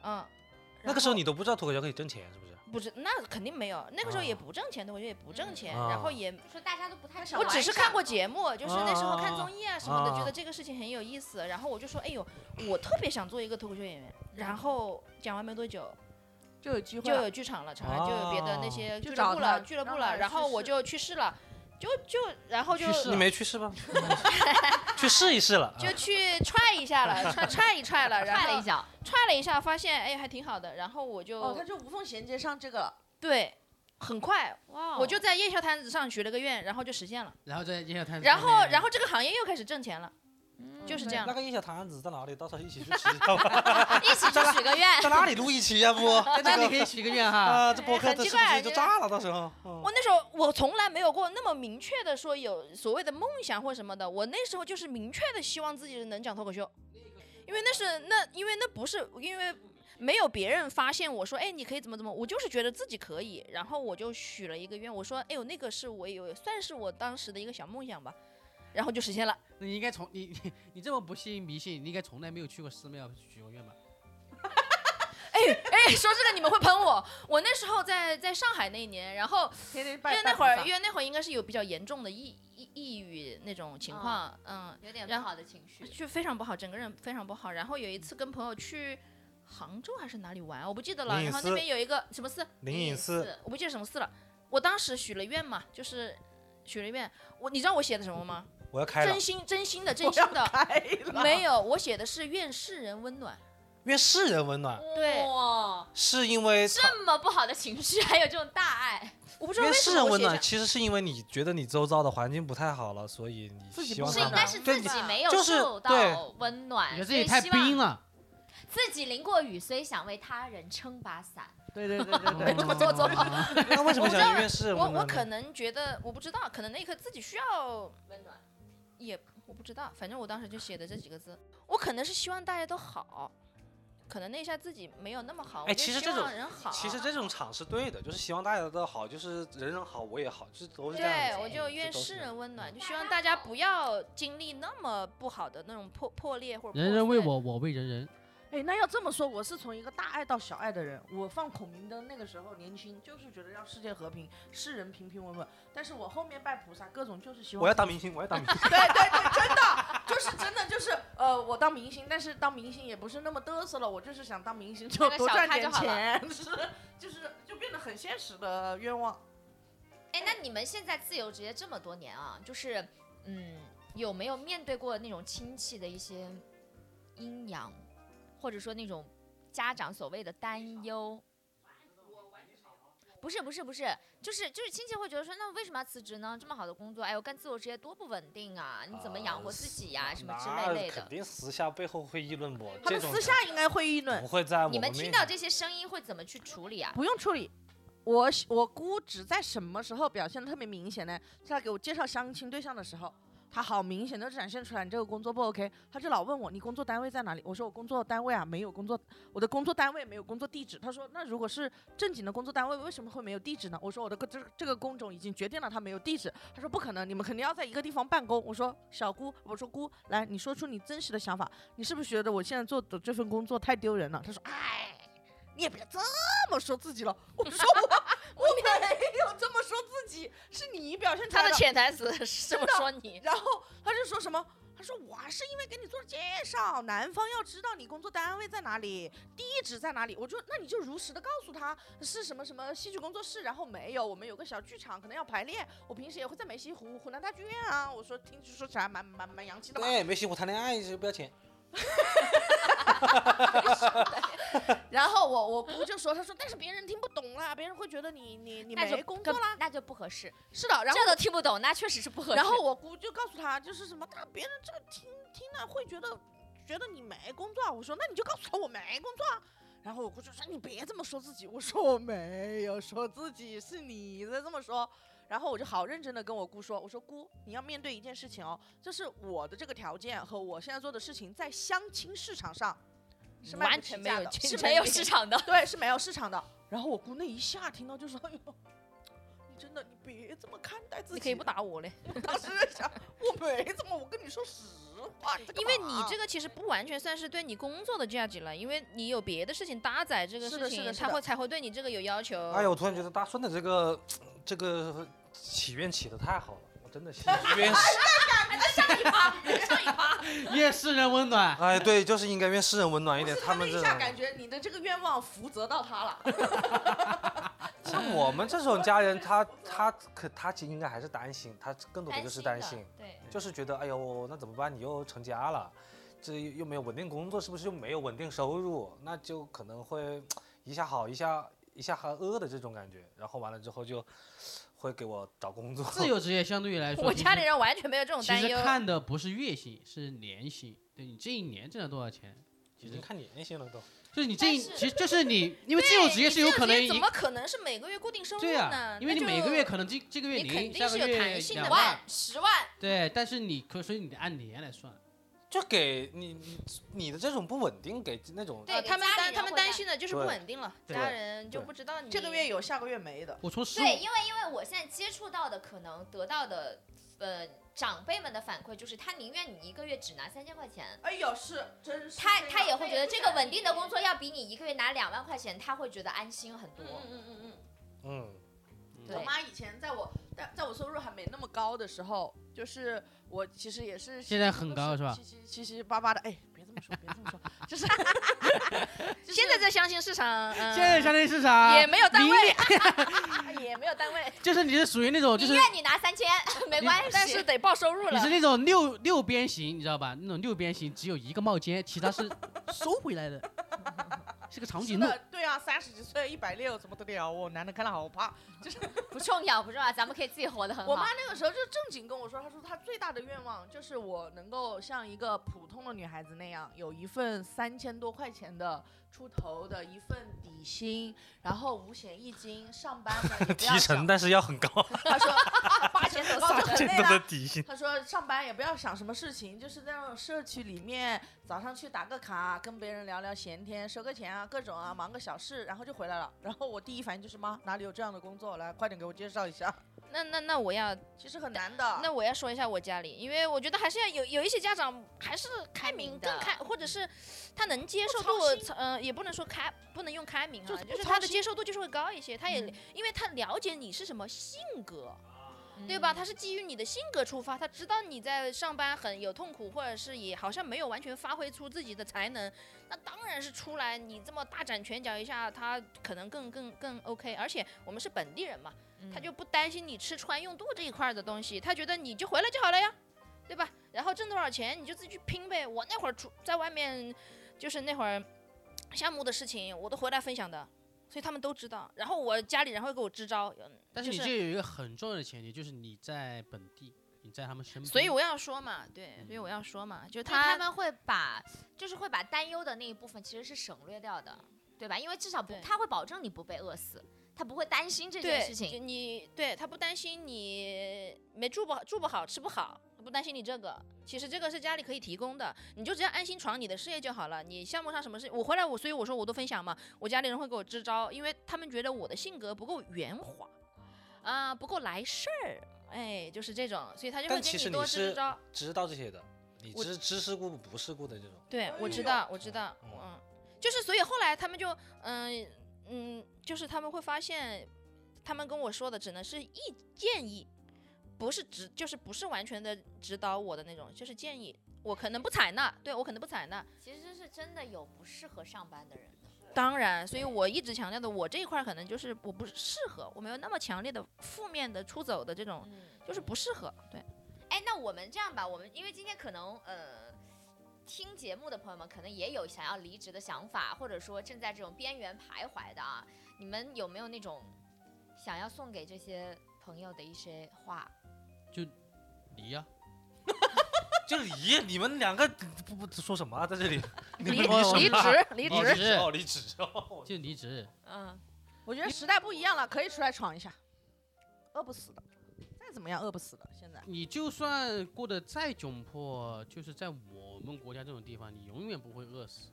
E: 嗯，
D: 那个时候
E: 然后
D: 你都不知道脱口秀可以挣钱，是不是？
E: 不是，那肯定没有，那个时候也
D: 啊
E: 不挣钱，脱口秀也不挣钱，
C: 嗯
D: 啊
E: 然后也
A: 就说大家都不太
B: 我
A: 想
E: 我
A: 玩
E: 只是看过
B: 嗯
E: 节目，就是那时候
D: 啊
E: 看综艺啊什么的，
D: 啊
E: 觉得这个事情很有意思。然后我就说，哎呦，我特别想做一个脱口秀演员。然后讲完没多久，
B: 就有机会
E: 就
B: 了。哦
E: 有剧场了，场外就有别的那些
B: 就
E: 俱乐
B: 找
E: 部
B: 他
E: 了，俱乐部
B: 让
E: 了。
B: 他
E: 然后
B: 去
E: 我
B: 试
E: 就去试了，就就然后就
C: 去试
D: 你
C: 了
D: 没去试 吗？去试一试了。啊
B: 啊
E: 就去踹一下了，踹踹一 踹了，然
A: 踹了
E: 后
A: 一脚，
E: 踹了一下，发现哎还挺好的。然后我
B: 哦，他哦
E: 就
B: 就无缝衔接上这个了。
E: 对，很快
A: 哇哦
E: 我就在夜宵摊子上许了个愿，然后就实现了。
C: 然后在夜 摊，
E: 然后然后这个行业又开始挣钱了，
A: 嗯
E: 就是这样
D: 那。个夜小摊子在哪里？到时候一起去吃，知道吧
A: 一起去许个愿。
D: 在哪里录一期呀？ 不，
C: 在那里可以许个愿哈。
D: 啊，这播客
E: 很
D: 这
E: 奇
D: 是不
E: 怪
D: 是就炸了？到时候。嗯
E: 我那时候我从来没有过那么明确的说有所谓的梦想或什么的，我那时候就是明确的希望自己能讲脱口秀，因为那是那因为那不是因为没有别人发现我说哎你可以怎么怎么，我就是觉得自己可以，然后我就许了一个愿，我说哎呦那个是我有算是我当时的一个小梦想吧，然后就实现了。
C: 那你应该从你 你你这么不信迷信，你应该从来没有去过寺庙许过愿吧？
E: 哎，说这个你们会喷我，我那时候在在上海那一年，然后
B: 天天
E: 因
B: 拜拜
E: 为那
B: 菩
E: 会儿
B: 萨
E: 因为那会儿应该是有比较严重的抑抑抑郁那种情
B: 啊
E: 况，嗯。
A: 有点
E: 然
A: 不好的情绪，
E: 就非常不好，整个人非常不好。然后有一次跟朋友去杭州还是哪里玩，我不记得了。
D: 灵隐
E: 然后
D: 寺
E: 那边有一个什么寺，
D: 灵隐寺，
E: 我不记得什么寺了。我当时许了愿嘛，就是许了愿。我你知道我写的什么吗？
D: 我要开了
E: 真。心真 心的真
B: 我
E: 心
B: 要
E: 的，
B: 开了
E: 没有，我写的是愿世人温暖。
D: 愿世人温暖，
E: 对
A: 哇，
D: 是因为他
A: 这么不好的情绪， 还有这种大爱，
E: 我不知道
D: 愿
E: 为什
D: 世
E: 么
D: 人
E: 我
D: 温
E: 写
D: 暖，
E: 的。
D: 其实是因为你觉得你周遭的环境不太好了，所以
B: 自
D: 你
B: 己
D: 希
B: 不
D: 望
A: 是
B: 温
D: 他
A: 应
D: 们
B: 暖
A: 该是
D: 对
A: 自
D: 你
A: 己没有
D: 就是
A: 受到
D: 对
A: 温
C: 你
A: 暖，
C: 觉得自
A: 所
C: 己
A: 以
E: 哎
C: 太
A: 希望
C: 冰了。
A: 自己淋过雨，所以想为他人撑把伞。
B: 对对对 对对，
C: 这么
E: 做作
D: 那为什么
E: 我知
D: 想
E: 道
D: 愿世人
E: 我
D: 温
E: 我
D: 暖呢？
E: 可能觉得我不知道，可能那一刻自己需要
A: 温暖，
E: 也我不知道，反正我当时就写的这几个字。我可能是希望大家都好，可能那一下自己没有那么好。我
D: 哎
E: 就
D: 其实
E: 希
D: 这种
E: 望人好。
D: 其实这种场是对的，就是希望大家都好，就是人人好，我也好，这都是这样
E: 对
D: 子。，
E: 我就
D: 嗯
E: 愿
D: 这都
E: 世
D: 是
E: 人温暖，就希
A: 大
E: 望
A: 家
E: 大家
A: 好
E: 不要经历那么不好的那种破破裂或 者
C: 人
E: 破
C: 人为
E: 碎。
C: 我，我为人人。
B: 哎，那要这么说，我是从一个大爱到小爱的人。我放孔明灯那个时候年轻，就是觉得要世界和平，世人平平稳稳。但是我后面拜菩萨，各种就是希望
D: 哎我要当明星，我要当明星。
B: 对对对，真的就是真的就是呃，我当明星，但是当明星也不是那么嘚瑟了，我就是想当明星就
A: 那个
B: 多
A: 小
B: 赚
A: 咖
B: 点
A: 就好
B: 钱， 是就是就变得很现实的愿望。
A: 哎，那你们现在自由职业这么多年啊，就是嗯，有没有面对过那种亲戚的一些阴阳，或者说那种家长所谓的担忧？不是不是不是，就是就是亲戚会觉得说，那为什么要辞职呢？这么好的工作，哎呦，干自由职业多不稳定啊！你怎么养活自己呀、
D: 啊
A: 什么之类类
D: 那肯
A: 的。
D: 定私下背后会议论我，这
B: 他们
D: 种
B: 私下应该会议论
D: 不，会在我
A: 你们
D: 们
A: 听
D: 面
A: 到
D: 前
A: 这些声音会怎么去处理啊？
B: 不用处理。我喜我姑只在什么时候表现得特别明显呢？是她给我介绍相亲对象的时候，她好明显的展现出来，你这个工作不 OK，她就老问我你工作单位在哪里？我说我工作单位啊没有工作，我的工作单位没有工作地址。她说那如果是正经的工作单位，为什么会没有地址呢？我说我的个这这个工种已经决定了它没有地址。她说不可能，你们肯定要在一个地方办公。我说小姑，我说姑，来你说出你真实的想法，你是不是觉得我现在做的这份工作太丢人了？她说哎，你也别这么说自己了。我说我我没有这么说自己，是你表现出
A: 他
B: 来
A: 的潜台词是这么说你，
B: 然后他就说什么？他说我啊是因为给你做介绍，男方要知道你工作单位在哪里，地址在哪里。我就那你就如实的告诉他是什么什么戏剧工作室，然后没有，我们有个小剧场，可能要排练。我平时也会在梅溪湖湖南大剧院啊。我说听说起来蛮蛮蛮洋气的嘛。
D: 对，没戏我谈恋爱是不要钱，
B: 然后我我姑就说，他说但是别人听不懂啦，别人会觉得你你你
A: 那就
B: 没工作
A: 跟
B: 啦。
A: 那就不合适。
B: 是的，然后
A: 这都听不懂，那确实是不合适。
B: 然后我姑就告诉他，就是什么，他别人这个听听了会觉得觉得你没工作啊。我说那你就告诉他我没工作啊。然后我姑就说你别这么说自己。我说我没有说自己，是你在这么说。然后我就好认真的跟我姑说，我说姑，你要面对一件事情哦，就是我的这个条件和我现在做的事情在相亲市场上是卖
E: 完
B: 不起
E: 全没
B: 价
E: 有
B: 的
E: 竞
B: 是
A: 是
E: 争
A: 没
B: 没
A: 有
B: 有
E: 力
A: 市
B: 市
A: 场的。
B: 对，是没有市场的。然后我姑那一下听到就说：“哎呦，你真的你别这么看待自己。”
E: 你可以不打我嘞，
B: 当时在想，我没怎么，我跟你说实话，你在干
E: 因为
B: 嘛啊
E: 你这个其实不完全算是对你工作的价值了，因为你有别的事情搭载这个
B: 是
E: 事
B: 的是
E: 情，
B: 的是
E: 他
B: 的
E: 会才会对你这个有要求。
D: 哎呀，我突然觉得大顺的这个这个起源起的太好了，我真的心 冤死。
C: 夜市人温 暖，
D: 哎，对，就是应该愿世人温暖一
B: 不
D: 点
B: 是。
D: 他
B: 那
D: 们这
B: 一
D: 种
B: 下，感觉你的这个愿望福泽到他
A: 嗯
B: 了，
D: 像我们这种家人，他他可他其实应该还是担心，他更多的就是担心，
A: 对，
D: 就是觉得哎呦，那怎么办？你又成家了，这又没有稳定工作，是不是又没有稳定收入？那就可能会一下好一下一下还饿的这种感觉，然后完了之后就会给我找工作。
C: 自由职业相对于来说，
E: 我
C: 其
E: 家
C: 实
E: 里人完全没有这种
C: 其
E: 担
C: 实
E: 忧。
C: 看的不是月薪，是年薪。对你这一年挣了多少钱？
D: 已经看年薪了都。
C: 就是你这一，
E: 但是
C: 其实就是 你，因为
E: 对
C: 自由职业是有可能
E: 你自由职业
C: 一
E: 怎么可能是每个月固定收入
C: 对
E: 呢
C: 啊？，因为
E: 那
C: 你每
E: 就
C: 个月可能这这个月
E: 你肯
C: 零，
E: 定
C: 下
E: 是
C: 个
E: 有
C: 月
E: 弹性的
C: 两
E: 嘛
C: 万，。
A: 十万，
C: 对，但是你可所以你得按年来算。
D: 就给你你你的这种不稳定，给那种
A: 对
E: 呃
A: 给
E: 他们
A: 家里
E: 担
A: 人
E: 他们
A: 会
E: 担
A: 担
E: 心的就是不
D: 对
E: 稳定了，
D: 对
E: 家人就
D: 对
E: 不知道你
B: 这个月有，下个月没的。
C: 我从十五
A: 对，因为因为我现在接触到的可能得到的，呃，长辈们的反馈就是，他宁愿你一个月只拿三千块钱，
B: 哎呦，是真是
A: 他
B: 这
A: 他
B: 样
A: 也会觉得这个稳定的工作要比你一个月拿两万块钱，他会觉得安心很多
B: 嗯。嗯嗯嗯
D: 嗯，
B: 嗯。我妈以前在我在在我收入还没那么高的时候，就是我其实也是
C: 现在很高是吧
B: 七七七七八八的，哎，别这么说，别这 么说，就是就是
E: 现在在相亲市场，嗯
C: 现在相啊当于是啥？
E: 也没有单
C: 明
E: 位
C: 年，
E: 也没有单位，
C: 就是你是属于那种就
A: 宁
C: 是
A: 愿你拿三千，没关系。
E: 但是得报收入
C: 你
E: 了
C: 是。那种六六边形，你知道吧？那种六边形只有一个帽尖，其他 是收回来的，是个长
B: 是
C: 颈鹿。
B: 的，对啊，三十几岁一百六怎么得了？我男的看了好怕。
A: 不重要，不重要，咱们可以自己活得很好。
B: 我妈那个时候就正经跟我说，她说她最大的愿望就是我能够像一个普通的女孩子那样，有一份三千多块钱的出头的一份底薪，然后五险一金，上班呢 也不要
D: 提成
B: 想。
D: 但是要很高，
B: 她说八千多
E: 三
B: 就很
D: 这
B: 累
D: 个的
B: 了。
D: 底薪。
B: 她说上班也不要想什么事情，就是在那种社区里面，早上去打个卡，跟别人聊聊闲天，收个钱啊，各种啊，忙个小事，然后就回来了。然后我第一反应就是妈，哪里有这样的工作？来，快点给我介绍一下。
E: 那那那我要
C: 啊
B: 其实很难的。
E: 那我要说一下我家里，因为我觉得还是要有有一些家长还是开明
A: 明的
E: 更开，或者是他能接受
B: 不操
E: 度，呃，也不能说开，不能用开明
B: 就
E: 哈，
B: 是
E: 就是
B: 不
E: 他
B: 操
E: 的
B: 心
E: 接受度就是会高一些，他也
A: 嗯
E: 因为他了解你是什么性格，
A: 嗯
E: 对吧？他是基于你的性格出发，他知道你在上班很有痛苦，或者是也好像没有完全发挥出自己的才能，那当然是出来你这么大展拳脚一下，他可能更更更 OK。而且我们
C: 嗯
E: 是本地人嘛，他就不担心你吃穿用度这一块儿的东西，他觉得你就回来就好了呀。对吧？然后挣多少钱你就自己去拼呗。我那会儿出在外面，就是那会儿项目的事情，我都回来分享的，所以他们都知道。然后我家里人会给我支招，嗯
C: 但是
E: 就
C: 你
E: 是
C: 这有一个很重要的前提，就是你在本地，你在他们
D: 嗯
C: 身边。
E: 所以我要说嘛，对，所以我要说嘛，就是
A: 他
E: 他
A: 他们会把就是会把担忧的那一部分其实是省略掉的，对吧？因为至少不
E: 对
A: 他会保证你不被饿死，他不会担心这件
E: 对
A: 事情
E: 就。你对他不担心你没住不好住不好吃不好，不担心你这个。其实这个是家里可以提供的，你就只要安心闯你的事业就好了。你项目上什么事，我回来我所以我说我都分享嘛，我家里人会给我支招，因为他们觉得我的性格不够圆滑，
A: 呃
E: 啊、不够来事儿，哎，就是这种，所以他就
D: 但
E: 会
D: 其
E: 给
D: 实
E: 你多
D: 你
E: 支支
D: 是
E: 招。
D: 知道这些的，你
E: 我
D: 知知是故不不是故的这种。
E: 对，我知道，我知道，
D: 嗯
E: 嗯，就是所以后来他们就，嗯嗯，就是他们会发现，他们跟我说的只能是意建议，不是指就是不是完全的指导我的那种，就是建议，我可能不采纳，对我可能不采纳，
A: 其实是真的有不适合上班的人的。
E: 当然，所以我一直强调的，我这一块儿可能就是我不适合，我没有那么强烈的负面的出走的这种，
A: 嗯，
E: 就是不适合，对，
A: 哎，那我们这样吧，我们因为今天可能呃，听节目的朋友们可能也有想要离职的想法，或者说正在这种边缘徘徊的啊，你们有没有那种想要送给这些朋友的一些话？
C: 离啊呀、
D: 就离你们两个不不说什么啊，在 这里你们
E: 离
D: 什么
E: 离
D: 啊
E: 职离
C: 离
E: 职，
C: 职
D: 哦，离职哦，
C: 就离职。
A: 嗯，
B: 我觉得时代不一样了，可以出来闯一下，饿不死的，再怎么样饿不死的。现在
C: 你就算过得再窘迫，就是在我们国家这种地方，你永远不会饿死。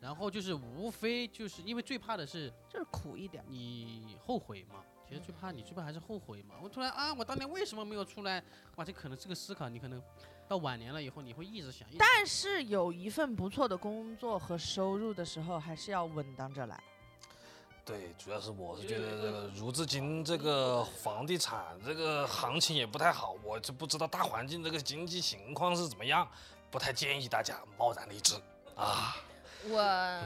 C: 然后就是无非就是因为最怕的是
B: 就是苦一点，
C: 你后悔嘛。其实最怕你最怕还是后悔嘛。我突然啊，我当年为什么没有出来？哇，这可能这个思考，你可能到晚年了以后，你会一直想。但
B: 但是有一份不错的工作和收入的时候，还是要稳当着来。
D: 对，主要是我是觉得这个如至今这个房地产这个行情也不太好，我就不知道大环境这个经济情况是怎么样，不太建议大家贸然离职啊。
E: 我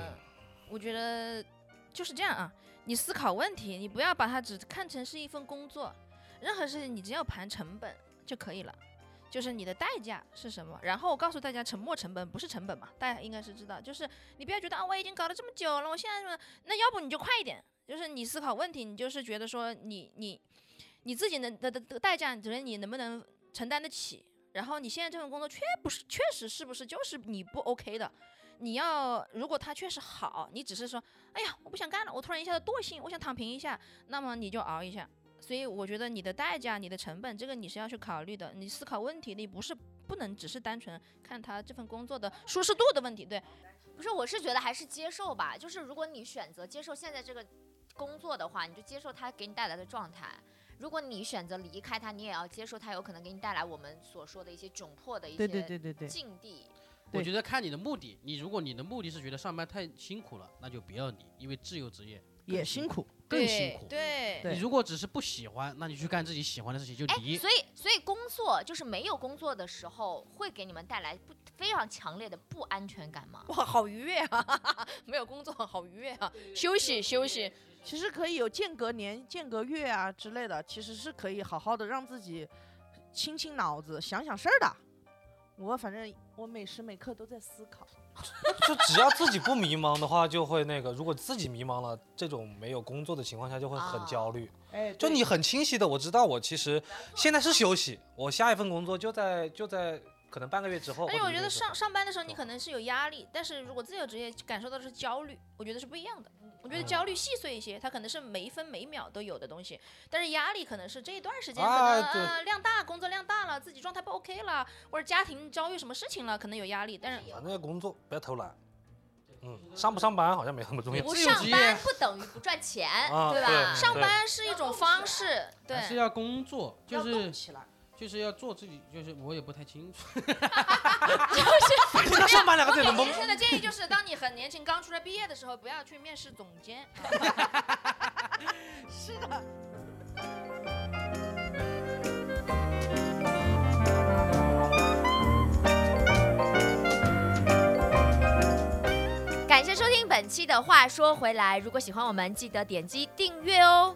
E: 我觉得就是这样啊，你思考问题，你不要把它只看成是一份工作，任何事情你只要盘成本就可以了。就是你的代价是什么？然后我告诉大家，沉没成本不是成本嘛，大家应该是知道。就是你不要觉得啊，我已经搞了这么久了，我现在什么？那要不你就快一点。就是你思考问题，你就是觉得说你你你自己能的的的代价，你觉得你能不能承担得起？然后你现在这份工作确不是确实是不是就是你不 OK 的？你要如果它确实好，你只是说，哎呀，我不想干了，我突然一下子惰性，我想躺平一下，那么你就熬一下。所以我觉得你的代价、你的成本，这个你是要去考虑的。你思考问题，你不是不能只是单纯看他这份工作的舒适度的问题，对，
A: 不是，我是觉得还是接受吧。就是如果你选择接受现在这个工作的话，你就接受它给你带来的状态。如果你选择离开它，你也要接受它有可能给你带来我们所说的一些窘迫的一些
B: 对对对对对，
A: 境地。
C: 我
B: 对
C: 觉得看你的目的，你如果你的目的是觉得上班太辛苦了，那就不要离，因为自由职业
B: 也辛苦。
C: 更辛苦。
E: 对
B: 对
C: 你如果只是不喜欢，那你去干自己喜欢的事情就
A: 哎，
C: 离。
A: 所以所以工作就是没有工作的时候，会给你们带来不非常强烈的不安全感吗？
E: 哇，好愉悦啊！ 没有工作好愉悦啊，休息休息，
B: 其实可以有间隔年、间隔月啊之类的，其实是可以好好的让自己清清脑子、想想事儿的。我反正我每时每刻都在思考，
D: 就只要自己不迷茫的话，就会那个；如果自己迷茫了，这种没有工作的情况下就会很
A: 啊
D: 焦虑。
B: 哎，
D: 就你很清晰的，我知道我其实现在是休息，我下一份工作就在就在可能半个月之后。
E: 而
D: 或
E: 且
D: 者
E: 哎我觉
D: 一个
E: 得
D: 月之后
E: 上上班的时候你可能是有压力，但是如果自由职业感受到的是焦虑，我觉得是不一样的。我觉得焦虑细碎一些，它可能是每一分每秒都有的东西，但是压力可能是这一段时间可
D: 啊
E: 能
D: 对
E: 啊量大，工作量大了，自己状态不 OK 了，或者家庭遭遇什么事情了，可能有压力。但是
D: 反正要工作不要偷懒，嗯，上不上班好像没那么重要
A: 不
C: 自由
A: 上
C: 职业
A: 班不等于不赚钱，
D: 啊。
A: 对吧？
E: 上班是一种方式，
C: 还是
E: 对，
C: 要工作，就
B: 要动
C: 是
B: 起来。
C: 就是要做自己，就是我也不太清楚。
D: 那上班两个字也能
E: 我
D: 蒙
E: 给先的建议就是，当你很年轻刚出来毕业的时候，不要去面试总监。
A: 感谢收听本期的。话说回来，如果喜欢我们，记得点击订阅哦。